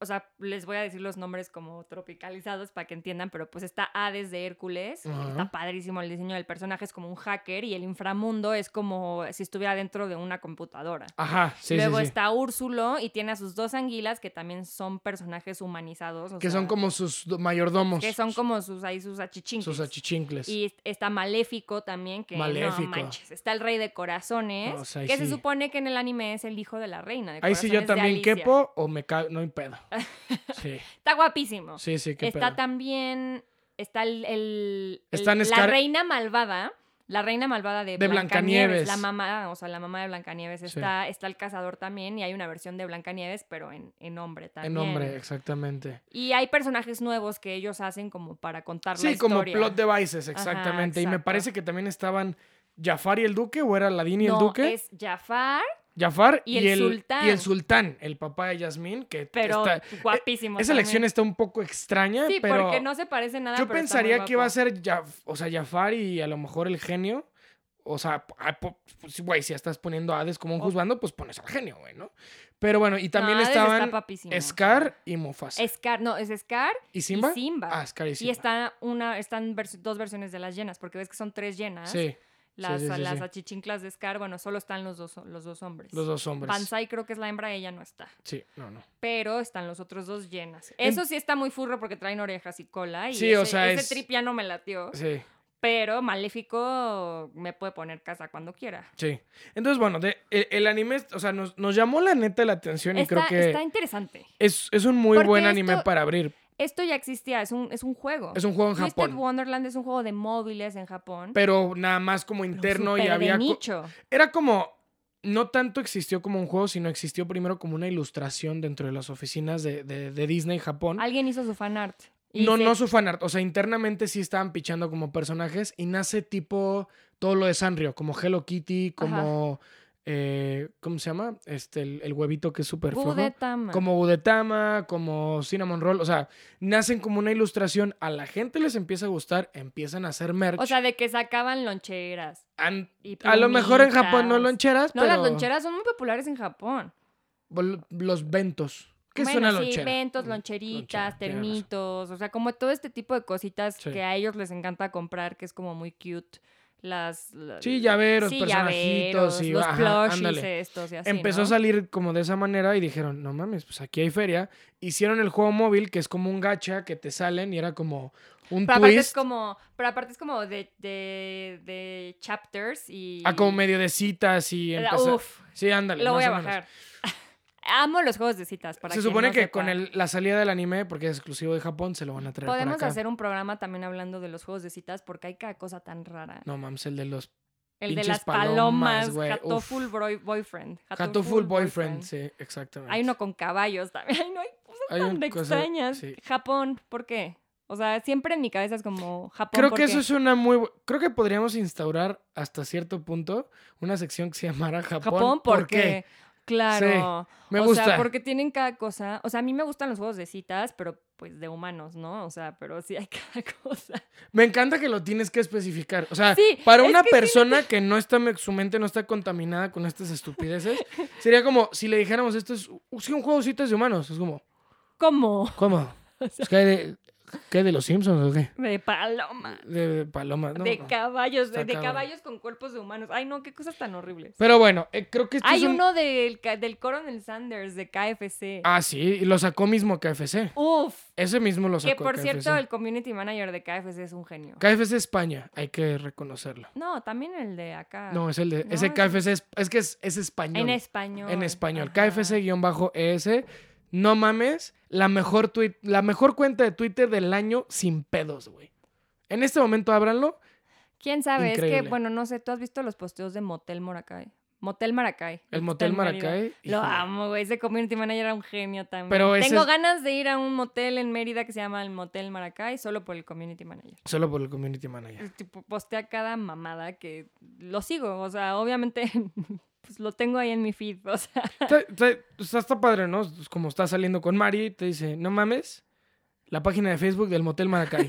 o sea, les voy a decir los nombres como tropicalizados para que entiendan, pero pues está Hades de Hércules, que Ajá. está padrísimo el diseño del personaje, es como un hacker y el inframundo es como si estuviera dentro de una computadora. Ajá, sí, Luego sí, sí. está Úrsulo y tiene a sus dos anguilas que también son personajes humanizados. o Que son sea, como sus do- mayordomos. Que son como sus, ahí sus achichinques. Sus achichincles. Y está Maléfico también, que Maléfico. no manches. Está el rey de corazones, O sea, ahí que sí. se supone que en el anime es el hijo de la reina. de Ahí sí corazones yo de también Alicia. quepo o me cago, no hay pedo. [laughs] Sí, Está guapísimo. sí, sí, qué está pedo. también, está el, el- el- Están la Scar- reina malvada. La reina malvada de, De Blancanieves. La mamá, o sea, la mamá de Blancanieves. Sí. Está, está el cazador también y hay una versión de Blancanieves, pero en, en hombre también. En nombre, exactamente. Y hay personajes nuevos que ellos hacen como para contar la Sí, historia. como plot devices, exactamente. y me exacto. parece que también estaban Jafar y el duque, o era Ladín y el No, duque. es Jafar, Jafar y el sultán. Y el sultán, el papá de Yasmín, que pero está- eh, guapísimo. Esa elección también. está un poco extraña, Sí, pero... porque no se parece nada. Yo pero está pensaría muy que iba a guapo. ser Jaf- o sea, Jafar y a lo mejor el genio. O sea, p- ah, po- pues, güey, si ya estás poniendo a Hades como un O- juzgando, pues pones al genio, güey, ¿no? Pero bueno, y también No, Hades estaban está papísimo. Scar y Mufasa. Scar, no, es Scar ¿Y Simba? y Simba. Ah, Scar y y Simba. está una, están vers- dos versiones de las llenas, porque ves que son tres llenas. Sí, Las, sí, sí, las sí. achichinclas de Scar, bueno, solo están los dos, los dos hombres. los dos hombres. Banzai creo que es la hembra, ella no está. Sí, no, no. Pero están los otros dos llenas. En- Eso sí está muy furro porque traen orejas y cola. Y Sí, o ese- sea, ese es- trip ya no me latió. Sí, Pero Maléfico me puede poner casa cuando quiera. sí. Entonces, bueno, de- el, el anime, o sea, nos, nos llamó la neta la atención y creo Está, que está interesante. es, es un muy Porque buen anime esto- para abrir. Esto ya existía, es un, es un juego. Es un juego en Twisted Japón, Wonderland es un juego de móviles en Japón. pero nada más como pero interno y súper de había... co- nicho. Era como. No tanto existió como un juego, sino existió primero como una ilustración dentro de las oficinas de, de- de Disney Japón. Alguien hizo su fanart. y No, se- no su fanart. O sea, internamente sí estaban pichando como personajes y nace tipo todo lo de Sanrio, como Hello Kitty, como. eh, ¿Cómo se llama? Este, el, el huevito que es súper flojo. Budetama. Como Budetama, como Cinnamon Roll. O sea, nacen como una ilustración. A la gente les empieza a gustar, empiezan a hacer merch. O sea, de que sacaban loncheras. and- y a lo mejor en plumitas. Japón no loncheras, No, pero. las loncheras son muy populares en Japón. Vol- Los ventos. ¿Qué Bueno, es una sí, lonchera? Ventos, Mm, loncheritas, lonchera, tienes razón. termitos, o sea, como todo este tipo de cositas Sí. que a ellos les encanta comprar, que es como muy cute. Las, la- Sí, llaveros, personajitos llaveros, y- los ajá, plushies ándale. estos y así, Empezó ¿no? a salir como de esa manera y dijeron, no mames, pues aquí hay feria. Hicieron el juego móvil que es como un gacha que te salen y era como un Pero aparte es twist. como, pero aparte es como de, de, de chapters y... Ah, como medio de citas y Ah, empezó. Uf, sí, ándale. lo voy a más o menos. bajar. Amo los juegos de citas. Para Se quien supone no que sepa. con el- la salida del anime, porque es exclusivo de Japón, se lo van a traer para Podemos acá. hacer un programa también hablando de los juegos de citas porque hay cada cosa tan rara. No mames, el de los el de pinches las palomas, palomas, güey, uf. Hatoful Boy- Boyfriend. Hatoful Boyfriend. Sí, exactamente. Hay uno con caballos también. [laughs] Ay, no, hay cosas Hay tan un- cosa- extrañas. sí. Japón, ¿por qué? O sea, siempre en mi cabeza es como Japón. Creo ¿por que qué? eso es una muy... bu- Creo que podríamos instaurar hasta cierto punto una sección que se llamara Japón. Japón, ¿por, qué? Claro. Me o gusta. sea, porque tienen cada cosa. O sea, a mí me gustan los juegos de citas, pero pues de humanos, ¿no? O sea, pero sí hay [laughs] cada cosa. Me encanta que lo tienes que especificar. O sea, Sí, para es una que persona que no está, su mente no está contaminada con estas estupideces, sería como si le dijéramos esto es u- sí, un juego de citas de humanos. Es como, [laughs] ¿Cómo? ¿cómo? Es que hay de- ¿Qué? ¿De los Simpsons o qué? De paloma. De, de paloma. No, de no. caballos, Está de, de cabrón. caballos con cuerpos de humanos. Ay, no, qué cosas tan horribles. Pero bueno, eh, creo que esto Hay es un- uno del, ca- del Coronel Sanders de KFC. Ah, sí, y lo sacó mismo KFC. Uf. Ese mismo lo sacó Que por KFC. cierto, el community manager de KFC es un genio. KFC España, hay que reconocerlo. No, también el de acá. No, es el de... Ah. No, ese es- KFC es, es que es, es español. en español. En español. Ajá. KFC-ES. No mames, la mejor, tuit- la mejor cuenta de Twitter del año sin pedos, güey. En este momento ábranlo. ¿Quién sabe? Es Increíble. que, bueno, no sé, tú has visto los posteos de Motel Moracay. Motel Maracay. El Motel Maracay. Lo híjole. amo, güey. Ese community manager era un genio también. Pero ese Tengo es- ganas de ir a un motel en Mérida que se llama el Motel Maracay solo por el community manager. Solo por el community manager. Tipo, postea cada mamada que lo sigo. O sea, obviamente [laughs] pues, lo tengo ahí en mi feed. O sea, está, está- está- está padre, ¿no? Es Como está saliendo con Mari, te dice, no mames, la página de Facebook del [laughs] Motel Maracay.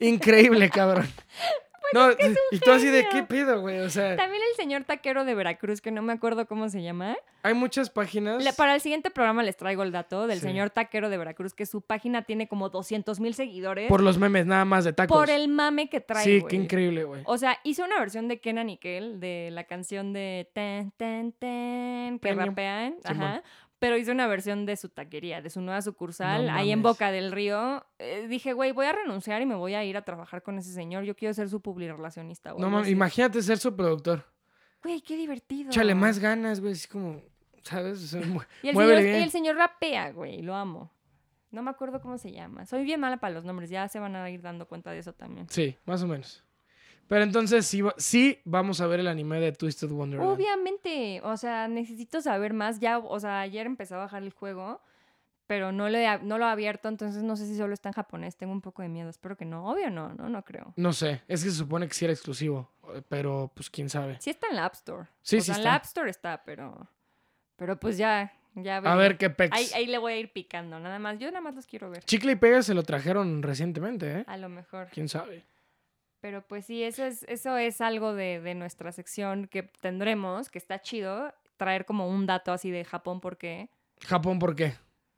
Increíble, cabrón. Pues no, y tú así de genio. qué pedo, güey. O sea, también el señor taquero de Veracruz, que no me acuerdo cómo se llama. hay muchas páginas. Le- para el siguiente programa les traigo el dato del Sí. señor taquero de Veracruz, que su página tiene como 200 mil seguidores por, Por los memes, nada más de tacos. el mame que trae. sí, qué güey. increíble, güey. O sea, hizo una versión de Kenan y Kel de la canción de tan tan tan que Premium. rapean, Simón. ajá, pero hizo una versión de su taquería, de su nueva sucursal No ahí en mames. Boca del Río. Eh, dije, güey, voy a renunciar y me voy a ir a trabajar con ese señor. Yo quiero ser su publirelacionista, güey. No mames, imagínate ser su productor. Güey, qué divertido. Échale más ganas, güey. Así como, ¿sabes? O sea, [laughs] mu- Y el, muévele señor, bien. y el señor rapea, güey, lo amo. No me acuerdo cómo se llama. Soy bien mala para los nombres, ya se van a ir dando cuenta de eso también. Sí, más o menos. Pero entonces sí, va- sí vamos a ver el anime de Twisted Wonderland. Obviamente, o sea, necesito saber más. Ya, o sea, ayer empecé a bajar el juego, pero no lo, he, ab- no lo he abierto, entonces no sé si solo está en japonés. Tengo un poco de miedo, espero que no. Obvio no, no, no creo. No sé, es que se supone que sí era exclusivo, eh, pero pues quién sabe. Sí está en la App Store. Sí, o sí sea, en está. la App Store está, pero, pero pues ya, ya A veré. ver qué pex. Ahí, ahí le voy a ir picando, nada más. Yo nada más los quiero ver, Chicle y pega se lo trajeron recientemente, ¿eh? a lo mejor. Quién sabe. Pero pues sí, eso es, eso es algo de, de nuestra sección que tendremos, que está chido, traer como un dato así de Japón porque Japón, ¿por qué?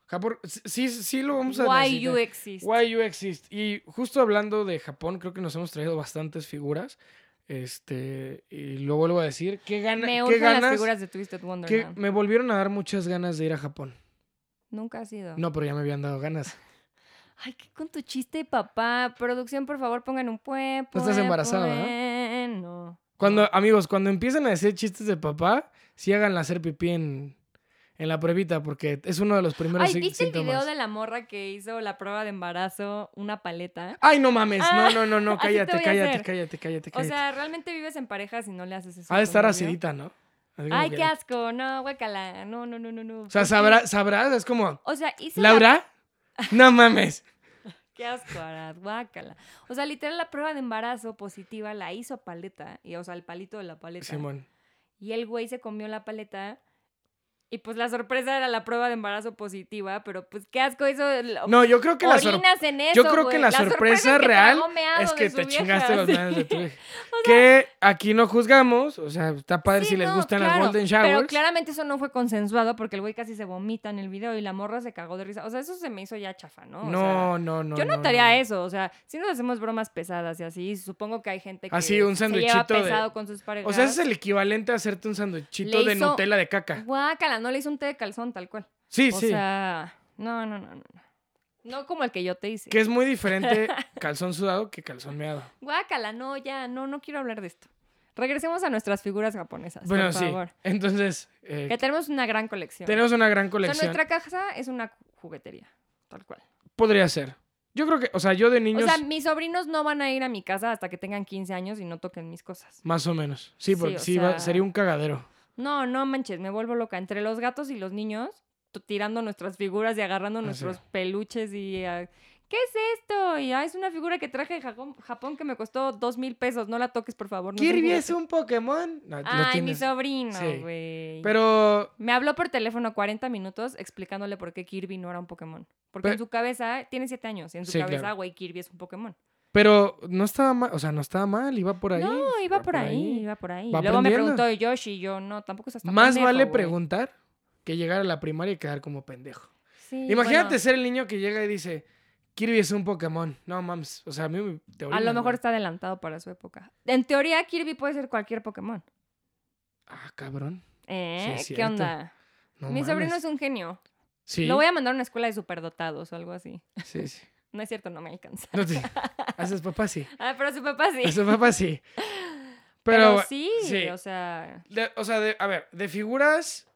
Japón, sí, sí- sí lo vamos a why necesitar. you exist. Why you exist. Y justo hablando de Japón, creo que nos hemos traído bastantes figuras. Este, y lo vuelvo a decir, qué, gana, Me qué urgen ganas. las figuras de Twisted que Wonderland. me volvieron a dar muchas ganas de ir a Japón. Nunca ha sido. No, pero ya me habían dado ganas. Ay, qué con tu chiste, papá. Producción, por favor, pongan un pue. Tú estás pue, embarazada, ¿eh? pue. No. Cuando, amigos, cuando empiezan a decir chistes de papá, sí háganla hacer pipí en, en la pruebita, porque es uno de los primeros Ay, sí- ¿viste el video síntomas. de la morra que hizo la prueba de embarazo, una paleta? Ay, no mames. Ah, no, no, no, no. así te Cállate, voy a cállate, hacer. cállate, cállate, O cállate. sea, realmente vives en parejas y no le haces eso. ha de estar así. acidita, ¿no? Así como Ay, que- qué asco. No, guácala. No, no, no, no, no. O sea, sabrá, sabrás, es como, O sea, hice la- [laughs] Laura, no mames. Qué asco, Arad, guácala. O sea, literal, la prueba de embarazo positiva la hizo paleta. Y, o sea, el palito de la paleta. Simón. Y el güey se comió la paleta. Y pues la sorpresa era la prueba de embarazo positiva, pero pues qué asco eso. lo- No, yo creo que la sorpresa. Orinas en eso. yo creo güey. que la sorpresa es que real tragó meado Es de que su te vieja, chingaste [laughs] los sí. manos de tu hija. Que aquí no juzgamos, o sea, está padre Sí, si les no, gustan las claro, Golden Pero Showers. claramente eso no fue consensuado porque el güey casi se vomita en el video y la morra se cagó de risa. O sea, eso se me hizo ya chafa, ¿no? O sea, no, no, no. yo no, notaría no. eso, o sea, si nos hacemos bromas pesadas y así, supongo que hay gente que Así, Ah, un se lleva sandwichito de- pesado con sus parejas. O sea, ese es el equivalente a hacerte un sanduichito Le de hizo- Nutella de caca. Guácala, no le hizo un té de calzón tal cual. Sí, o sí. sea, no, no, no, no. no. No como el que yo te hice. Que es [laughs] muy diferente calzón sudado que calzón meado. Guácala, no, ya, no, no quiero hablar de esto. Regresemos a nuestras figuras japonesas, Bueno, por sí. favor. Entonces, eh, Que tenemos una gran colección. tenemos una gran O sea, colección. nuestra casa es una ju- juguetería, tal cual. Podría ser. Yo creo que, o sea, yo de niños, O sea, mis sobrinos no van a ir a mi casa hasta que tengan 15 años y no toquen mis cosas. más o menos. Sí, Sí, porque o sí, va- sea- sería un cagadero. No, no manches, me vuelvo loca. Entre los gatos y los niños, t- tirando nuestras figuras y agarrando Ah, sí. nuestros peluches y... ah, ¿Qué es esto? Y ah, es una figura que traje de Japón, Japón que me costó dos mil pesos. No la toques, por favor. no es un Kirby juguete". es un Pokémon. No, lo Ay, mi tienes. sobrino, Sí. güey. Pero Me habló por teléfono 40 minutos explicándole por qué Kirby no era un Pokémon. Porque Pe- en su cabeza, tiene 7 años, y en su Sí, cabeza, claro. güey, Kirby es un Pokémon. Pero no estaba mal, o sea, no estaba mal, iba por ahí. No, iba por ahí, iba por ahí. Va Luego me aprendiendo. preguntó de Yoshi y yo, no, tampoco es hasta Más pendejo, vale güey. preguntar que llegar a la primaria y quedar como pendejo. Sí, Imagínate bueno, ser el niño que llega y dice, Kirby es un Pokémon. No mames. O sea, a mí me te A lo orinas, mejor güey. está adelantado para su época. En teoría, Kirby puede ser cualquier Pokémon. Ah, cabrón. Sí, ¿Eh? es ¿Qué cierto. onda? No Mi sobrino mames. es un genio. Sí. Lo voy a mandar a una escuela de superdotados o algo así. Sí, sí. No es cierto, no me alcanza. [laughs] No te- A sus papás sí. Ah, pero su papá [laughs] sí. A sus [laughs] papás sí. Pero, Pero sí, sí. o sea, de- o sea, de- a ver, de figuras.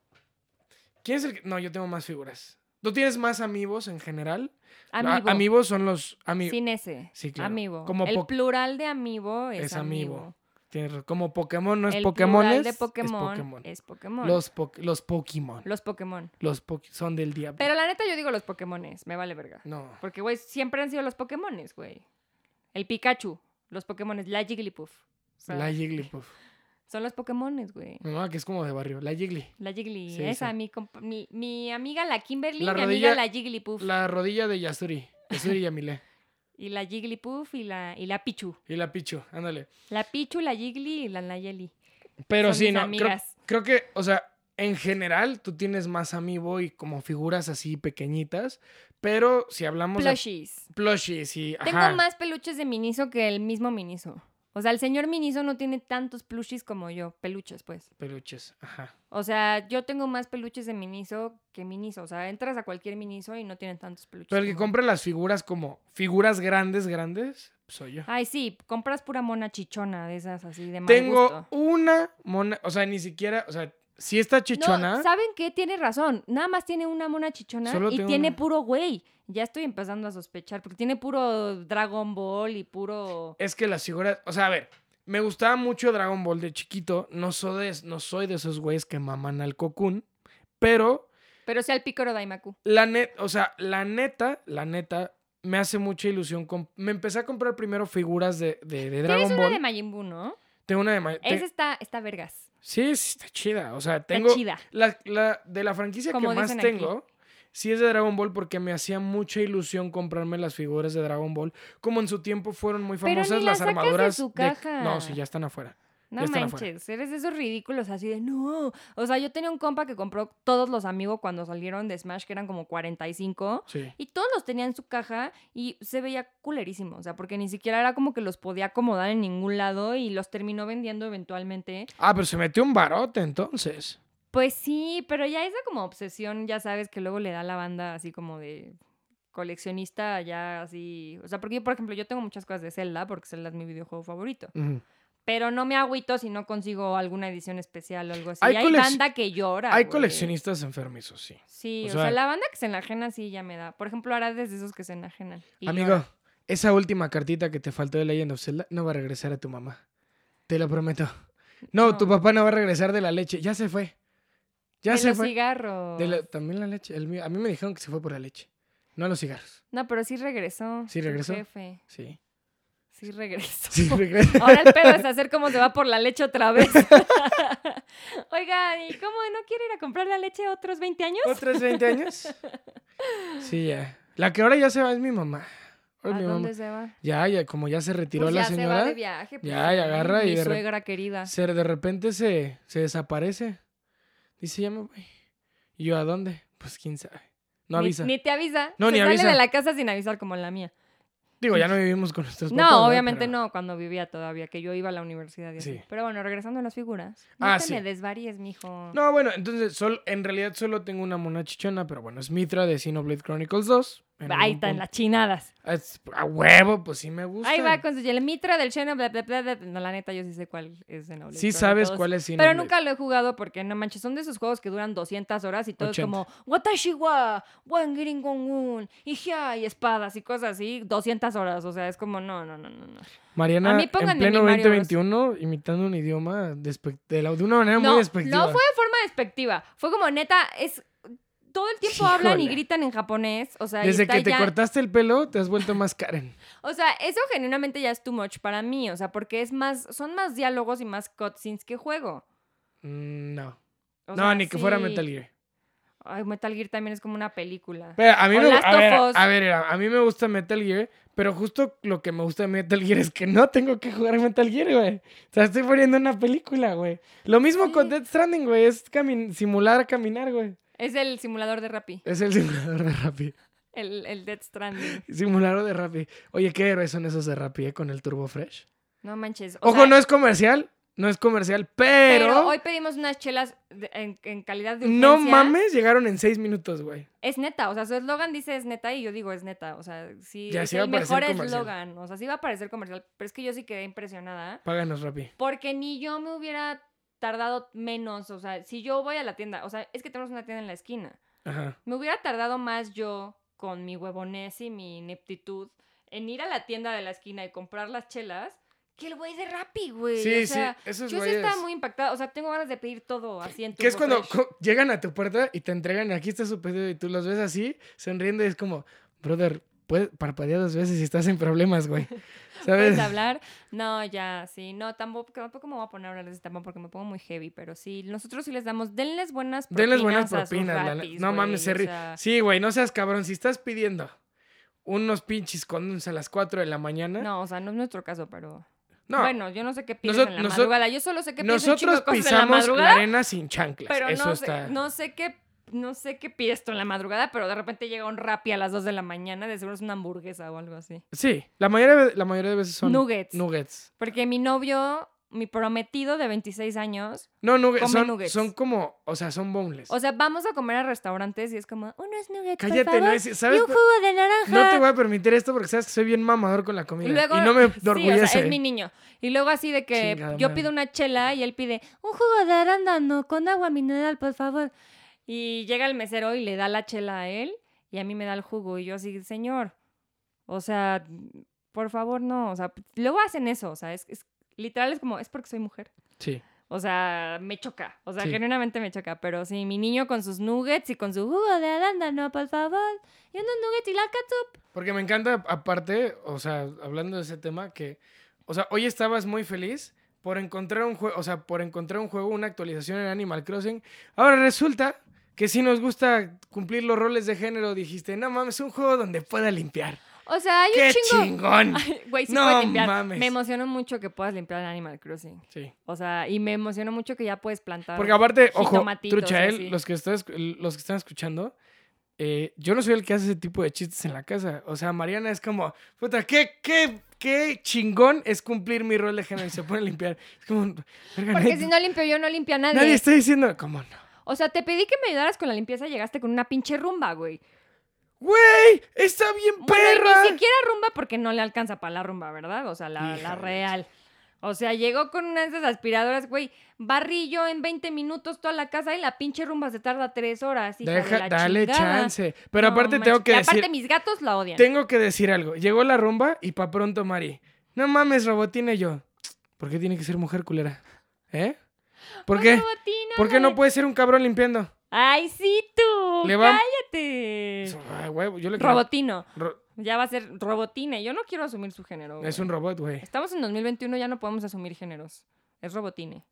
¿Quién es el que.? No, yo tengo más figuras. ¿Tú tienes más amigos en general? amigo. A- amigos son los. ami- Sin ese. Sí, claro. Amigo. Como el po- plural de amigo es, Es amigo. amigo. tienes ra- Como Pokémon no es el Pokémones. plural de es Pokémon es Pokémon. Pokémon. Los, po- los Pokémon. Los Pokémon. Los po- son del diablo. Pero la neta yo digo los Pokémones, me vale verga. No. Porque, güey, siempre han sido los Pokémones, güey. El Pikachu, los Pokémones, la Jigglypuff. O sea, La Jigglypuff. Son los Pokémones, güey. Mi mamá, que es como de barrio. La Jiggly. La Jiggly, Sí, esa, sí. mi, compa- mi, mi amiga la Kimberly, La mi rodilla- amiga la Jigglypuff. La rodilla de Yasuri. Yasuri Yamile. Y la Jigglypuff y la, y la Pichu. Y la Pichu. Ándale. La Pichu, la Jiggly y la Nayeli. Pero Son sí, mis no. Creo, amigas. creo que, o sea, en general tú tienes más amiibo y como figuras así pequeñitas. Pero si hablamos de Plushies. plushies y. Ajá, Tengo más peluches de Miniso que el mismo Miniso. O sea, el señor Miniso no tiene tantos plushies como yo, peluches, pues. Peluches. Ajá. O sea, yo tengo más peluches de Miniso que Miniso. O sea, entras a cualquier Miniso y no tienen tantos peluches. Pero el que como- compra las figuras como figuras grandes, grandes, soy yo. Ay, sí, compras pura mona chichona de esas así de Ah, mal Tengo gusto. una mona. O sea, ni siquiera. O sea, si está chichona. No, ¿saben qué? Tiene razón. Nada más tiene una mona chichona Solo y tengo tiene una. puro güey. Ya estoy empezando a sospechar porque tiene puro Dragon Ball y puro... Es que las figuras. O sea, a ver. Me gustaba mucho Dragon Ball de chiquito. No soy de, no soy de esos güeyes que maman al cocoon. Pero Pero sea el pícaro Daimaku. la neta, o sea, la neta, la neta, me hace mucha ilusión. com- me empecé a comprar primero figuras de, de, de Tienes Dragon una Ball. de Majin Buu, ¿no? Tengo una de ma- te- Esa está, está vergas. Sí, sí, está chida. O sea, Está tengo. chida. La, la- de la franquicia que Como más dicen aquí. tengo, sí es de Dragon Ball porque me hacía mucha ilusión comprarme las figuras de Dragon Ball. Como en su tiempo fueron muy Pero ni famosas las las sacas de armaduras. su caja. No, sí, ya están afuera. No Ya están afuera. manches, eres de esos ridículos así de no. O sea, yo tenía un compa que compró todos los amigos cuando salieron de Smash, que eran como 45. Sí. Y todos los tenía en su caja y se veía culerísimo. O sea, porque ni siquiera era como que los podía acomodar en ningún lado y los terminó vendiendo eventualmente. Ah, pero se metió un barote entonces. Pues sí, pero ya esa como obsesión, ya sabes, que luego le da a la banda así como de coleccionista, ya así. O sea, porque yo, por ejemplo, yo tengo muchas cosas de Zelda, porque Zelda es mi videojuego favorito. Ujú. Pero no me agüito si no consigo alguna edición especial o algo así. Hay Y Hay, colec- banda que llora. Hay güey. coleccionistas enfermizos, sí. Sí, O o, sea- sea, la banda que se enajena sí ya me da. Por ejemplo, Arad es de esos que se enajenan. y Amigo, llora. esa última cartita que te faltó de Legend of Zelda no va a regresar a tu mamá. Te lo prometo. No, No. tu papá no va a regresar de la leche. Ya se fue. Ya De se los fue. cigarros. De la- también la leche. el mío- A mí me dijeron que se fue por la leche. No a los cigarros. No, pero sí regresó. ¿Sí tu regresó? jefe. [laughs] Sí. Sí regresó. Sí, regresa. [laughs] Ahora el pedo es hacer cómo se va por la leche otra vez. [laughs] Oigan, ¿y cómo no quiere ir a comprar la leche otros 20 años? [laughs] ¿Otros 20 años? Sí, ya. La que ahora ya se va es mi mamá. Ahora ¿A pues, mi dónde mamá- se va? Ya, ya, como ya se retiró Pues la ya señora. se va de viaje. pues, Ya, y sí, agarra y Mi de rep- suegra querida. Se, de repente se, se desaparece. Dice, ya me voy. ¿Y yo a dónde? Pues quién sabe. No Ni- avisa. Ni, te avisa. No, Se ni sale avisa. de la casa sin avisar como la mía. Digo, ya no vivimos con nuestros papás. No, ¿verdad? obviamente Pero- no, cuando vivía todavía, que yo iba a la universidad. Y así. Sí. Pero bueno, regresando a las figuras. No Ah, te sí. me desvaríes, mijo. No, bueno, entonces sol- en realidad solo tengo una mona chichona, pero bueno, es Mitra de Xenoblade Chronicles 2. Ahí está, en las chinadas. las... A huelo, pues sí me gusta. Ahí va con su el mitra del Xeno, bla, bla, bla, bla. No, la neta, yo sí sé cuál es Xenoblade Sí sabes Chronicles. cuál es Pero Xenoblade. nunca lo he jugado porque, no manches, son de esos juegos que duran 200 horas y todo es 80. como Watashi wa, Wangiringongun, Ijia y espadas y cosas así, 200 horas. O sea, es como, no, no, no, no. no. Mariana, A mí en pónganme pleno mi Mario Bros. 2021, imitando un idioma despe- de, la- de una manera No, muy no despectiva. fue de forma despectiva. Fue como neta, es. Todo el tiempo hablan y Híjole. gritan en japonés. O sea, y Desde está que te ya- cortaste el pelo, te has vuelto más Karen. [laughs] O sea, eso genuinamente ya es too much para mí. O sea, porque es más. Son más diálogos y más cutscenes que juego. Mm, No. O no, sea, ni que fuera sí. Metal Gear. Ay, Metal Gear también es como una película. Pero a mí, O me, Last a, of ver, Us. a ver, a mí me gusta Metal Gear, pero justo lo que me gusta de Metal Gear es que no tengo que jugar Metal Gear, güey. O sea, estoy poniendo una película, güey. Lo mismo con Sí. Death Stranding, güey. Es camin- simular caminar, güey. Es el simulador de Rappi. Es el [laughs] simulador de Rappi. El, el Death Stranding. Simularo de Rappi. Oye, qué héroes son esos de Rappi eh, con el Turbo Fresh. No manches. o Ojo, sea, no es comercial. No es comercial, pero. Pero hoy pedimos unas chelas de- en, en calidad de No urgencia. mames, llegaron en seis minutos, güey. Es neta, o sea, su eslogan dice es neta y yo digo es neta, o sea, sí, Ya, es sí va el a parecer mejor comercial. eslogan, o sea, sí va a parecer comercial, pero es que yo sí quedé impresionada Páganos, Rappi. porque ni yo me hubiera tardado menos, o sea, si yo voy a la tienda, o sea, es que tenemos una tienda en la esquina, Ajá. me hubiera tardado más yo con mi huevonés y mi ineptitud en ir a la tienda de la esquina y comprar las chelas que el güey de Rappi, güey, Sí, o sea, sí, esos yo sí güeyes. estaba muy impactada, o sea, tengo ganas de pedir todo así en tu Que es cuando co- llegan a tu puerta y te entregan, aquí está su pedido y tú los ves así, sonriendo y es como, brother, puedes parpadear dos veces y estás en problemas, güey. [laughs] ¿Sabes? ¿Puedes hablar? No, ya, sí. No, tampoco, tampoco me voy a poner a hablar de ese tema porque me pongo muy heavy, pero sí, nosotros sí les damos, denles buenas propinas. Denles buenas a sus propinas. la ne- rapis, no güey, mames, se o ri- sea, Sí, güey, no seas cabrón. Si estás pidiendo unos pinches condones a las 4 de la mañana. No, o sea, no es nuestro caso, pero. no. Bueno, yo no sé qué piensan Nosot- en la nosot- madrugada. Yo solo sé que piensan Nosotros cosas en la pisamos la, madrugada, arena sin chanclas. pero Eso no, está. sé, no sé qué. No sé qué pides tú en la madrugada, pero de repente llega un rapi a las 2 de la mañana, de seguro es una hamburguesa o algo así. Sí, la mayoría, de- la mayoría de veces son Nuggets. nuggets. Porque mi novio, mi prometido de 26 años, No, nuggets Come son, nuggets. son como, o sea, son boneless. O sea, vamos a comer a restaurantes y es como, unos nuggets, por Cállate, favor, no es- ¿sabes y un cu- jugo de naranja. No te voy a permitir esto porque sabes que soy bien mamador con la comida. y, luego, y no me sí, o sea, orgullece. es mi niño. Y luego así de que Chingada yo madre. pido una chela y él pide un jugo de arándano con agua mineral, por favor. Y llega el mesero y le da la chela a él y a mí me da el jugo. Y yo así, señor, o sea, por favor, no. O sea, luego hacen eso, o sea, es, es- literal es como, es porque soy mujer. Sí. O sea, me choca. O sea, Sí. genuinamente me choca. Pero sí, mi niño con sus nuggets y con su jugo de arándano, por favor. Y unos nuggets y la catsup. Porque me encanta, aparte, o sea, hablando de ese tema, que, o sea, hoy estabas muy feliz por encontrar un juego, o sea, por encontrar un juego, una actualización en Animal Crossing. Ahora resulta que si nos gusta cumplir los roles de género, dijiste, no mames, un juego donde pueda limpiar. O sea, hay ¡Qué un chingo. chingón! [laughs] Ay, Güey, sí No puedes limpiar. mames. Me emocionó mucho que puedas limpiar en Animal Crossing. Sí. O sea, y me emocionó mucho que ya puedes plantar. Porque aparte, ojo, jitomatitos y así. Truchael, los que, estás, los que están escuchando, eh, yo no soy el que hace ese tipo de chistes en la casa. O sea, Mariana es como, puta, qué, qué, qué chingón es cumplir mi rol de género y se pone a limpiar. Es como, verga, Porque [laughs] nadie, si no limpio yo, no limpia nadie. nadie está diciendo, ¿cómo no? O sea, te pedí que me ayudaras con la limpieza y llegaste con una pinche rumba, güey. ¡Güey! ¡Está bien Bueno, y perra! ni siquiera rumba porque no le alcanza para la rumba, ¿verdad? O sea, la, Hija la de real. O sea, llegó con una de esas aspiradoras, güey. Barrí yo en 20 minutos toda la casa y la pinche rumba se tarda 3 horas. Hija Deja- de la dale chingada. chance. Pero No aparte manches. tengo que Y decir... Aparte, mis gatos la odian. Tengo que decir algo. Llegó la rumba y pa' pronto Mari. No mames, robotina y yo. ¿Por qué tiene que ser mujer culera? ¿Eh? ¿Por Una qué? botina, ¿Por qué no dale. puede ser un cabrón limpiando? Ay, sí, tú. Le va- Cállate. Ay, huevo, yo le creo- Robotino. Ro- Ya va a ser robotina. Yo no quiero asumir su género. güey. Es un robot, güey. Estamos en 2021, ya no podemos asumir géneros. Es robotine.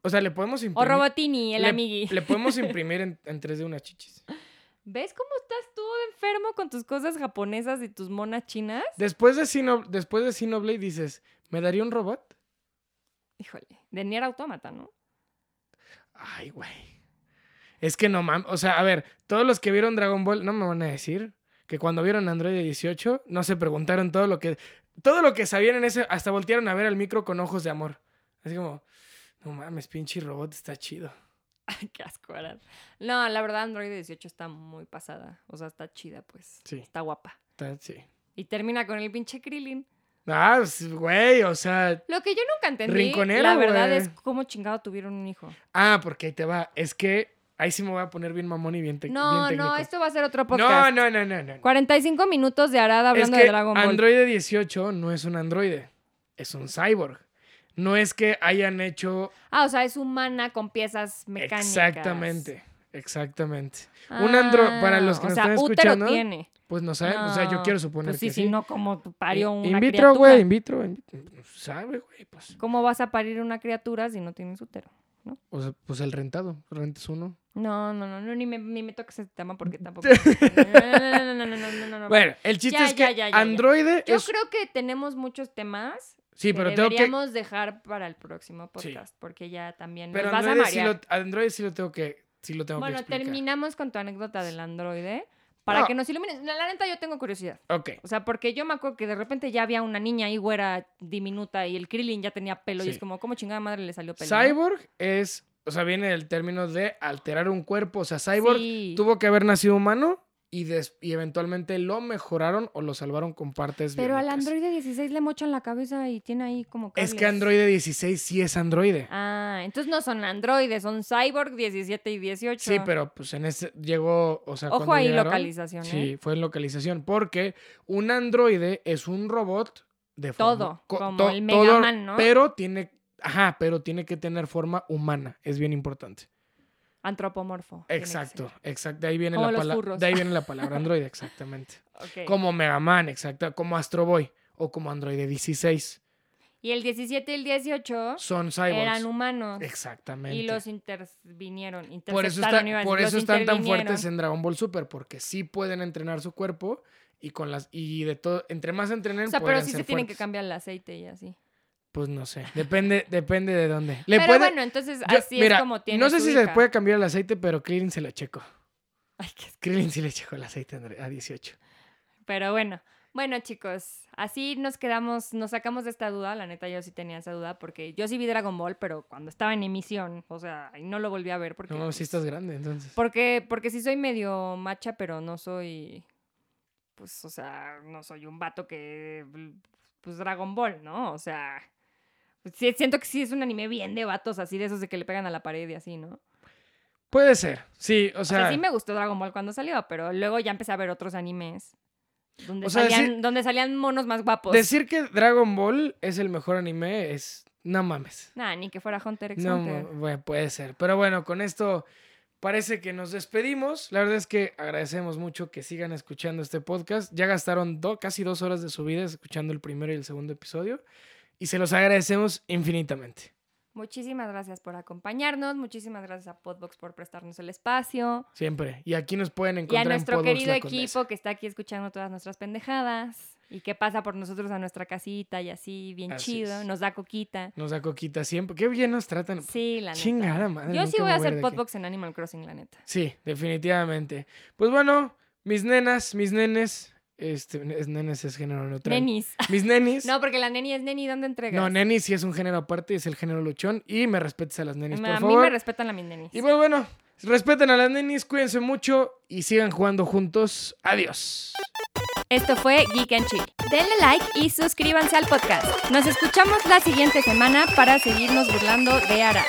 O sea, le podemos O imprimir. robotini, el le, amigui. Le podemos imprimir en, en 3D unas chichis. ¿Ves cómo estás tú de enfermo con tus cosas japonesas y tus monas chinas? Después de, Sino, después de Sinoblade dices, ¿me daría un robot? Híjole, de Nier Automata, ¿no? [laughs] Ay, güey. Es que no mames. O sea, a ver, todos los que vieron Dragon Ball no me van a decir que cuando vieron Android 18 no se preguntaron todo lo que. Todo lo que sabían en ese. Hasta voltearon a ver al micro con ojos de amor. Así como, no mames, pinche robot está chido. Ay, qué asco, ¿verdad? No, la verdad, Android 18 está muy pasada. O sea, está chida, pues. Sí. Está guapa. Está- sí. Y termina con el pinche Krillin. Ah, pues, güey, o sea. Lo que yo nunca entendí, Rinconero, la verdad, güey. es cómo chingado tuvieron un hijo. Ah, porque ahí te va. Es que ahí sí me voy a poner bien mamón y bien, tec- No, bien no, técnico. esto va a ser otro no, podcast. no, no, no, no. 45 minutos de Arada Es hablando que de Dragon Ball. Android 18 no es un androide, es un cyborg. No es que hayan hecho Ah, o sea, es humana con piezas mecánicas. Ah, Exactamente, exactamente. Un andro- para los que o nos sea, están útero escuchando, tiene. Pues no sabemos, o sea, yo Ah, quiero suponer Pues sí, que sí, sí. no, como parió In- una in vitro, criatura. güey, in vitro, in vitro. Sabe, güey, pues. ¿Cómo vas a parir una criatura si no tienes útero? O sea, pues el rentado, rentas uno. No, no, no, no, ni me, ni me toques ese tema porque [laughs] tampoco. No, no, no, no, no, no, no, no, no. Bueno, el chiste Ya, ya, es que ya, ya, ya. androide Yo es creo que tenemos muchos temas Sí, pero que tengo que deberíamos dejar para el próximo Sí. podcast porque ya también pero nos vas a androide sí marear. lo androide sí lo tengo que sí lo tengo que Bueno, explicar. terminamos con tu anécdota del androide, Para No. que nos ilumines. La, la neta, yo tengo curiosidad. Ok. O sea, porque yo me acuerdo que de repente ya había una niña ahí güera diminuta y el Krillin ya tenía pelo y Sí. es como, ¿cómo chingada madre le salió pelo? no? Cyborg es, o sea, viene del término de alterar un cuerpo. O sea, Cyborg Sí. tuvo que haber nacido humano y, des- y eventualmente lo mejoraron o lo salvaron con partes Pero al biónicas. androide 16 le mochan la cabeza y tiene ahí como Es que cables. androide 16 sí es androide. Ah, entonces no son androides, son Cyborg 17 y 18. Sí, pero pues en ese llegó, o sea, Ojo cuando ahí, llegaron- localización, ¿eh? Sí, fue en localización, porque un androide es un robot de Todo, forma- co- como to- el Mega todo, Man, ¿no? Pero tiene, ajá, pero tiene que tener forma humana, es bien importante. Antropomorfo. tiene que ser. Exacto, exacto, de ahí viene Como la los palabra, furros. Eh. de ahí [laughs] viene la palabra androide, exactamente. Ok. Como Mega Man, exacto, como Astro Boy o como androide 16, Y el 17 y el 18 son eran cyborgs. humanos. Exactamente. Y los intervinieron. Interceptaron, Por eso, está- iba a decir, por los eso están tan fuertes intervinieron. en Dragon Ball Super, porque sí pueden entrenar su cuerpo y con las y de todo, entre más entrenen, O sea, pero podrían sí se ser tienen que fuertes. cambiar el aceite y así. Pues no sé, depende, depende de dónde. Le Pero puede- bueno, entonces yo- así mira, es como tiene No sé su si se hija. puede cambiar el aceite, pero Krillin se lo checo. [laughs] Ay, qué asco. Krillin sí le checó el aceite André, a 18. Pero bueno. Bueno, chicos, así nos quedamos, nos sacamos de esta duda. La neta, yo sí tenía esa duda porque yo sí vi Dragon Ball, pero cuando estaba en emisión, o sea, y no lo volví a ver porque... No, si estás grande, entonces. Porque, porque sí soy medio macha, pero no soy. Pues, o sea, no soy un vato que. Pues Dragon Ball, ¿no? O sea. pues, sí, siento que sí es un anime bien de vatos, así de esos de que le pegan a la pared y así, ¿no? Puede ser, sí, o O sea, sea. sí me gustó Dragon Ball cuando salió, pero luego ya empecé a ver otros animes. Donde, O sea, salían, sí- donde salían monos más guapos. decir que Dragon Ball es el mejor anime es. No mames. Nah, ni que fuera Hunter x No, Hunter. mu- bueno, puede ser. Pero bueno, con esto parece que nos despedimos. La verdad es que agradecemos mucho que sigan escuchando este podcast. Ya gastaron do- casi dos horas de su vida escuchando el primero y el segundo episodio. Y se los agradecemos infinitamente. Muchísimas gracias por acompañarnos. Muchísimas gracias a Podbox por prestarnos el espacio. Siempre. Y aquí nos pueden Y a encontrar en nuestro Podbox querido La equipo Condesa. que está aquí escuchando todas nuestras pendejadas y que pasa por nosotros a nuestra casita y así, bien Así chido, es. nos da coquita. Nos da coquita siempre. Qué bien nos tratan. Sí, la neta. Chingada madre. Yo sí nunca voy me a ir hacer de aquí. podbox en Animal Crossing, la neta. Sí, definitivamente. Pues bueno, mis nenas, mis nenes. Este, es- nenes es género neutral. Nenis. [laughs] Mis nenis. No, porque la neni es neni, ¿dónde entregas? No, neni sí es un género aparte, es el género luchón. Y me respetes a las nenis, Me- por a mí favor. me respetan a mis nenis. y bueno, bueno, respeten a las nenis, cuídense mucho y sigan jugando juntos. Adiós. Esto fue Geek and Chill. Denle like y suscríbanse al podcast. Nos escuchamos la siguiente semana para seguirnos burlando de Ara.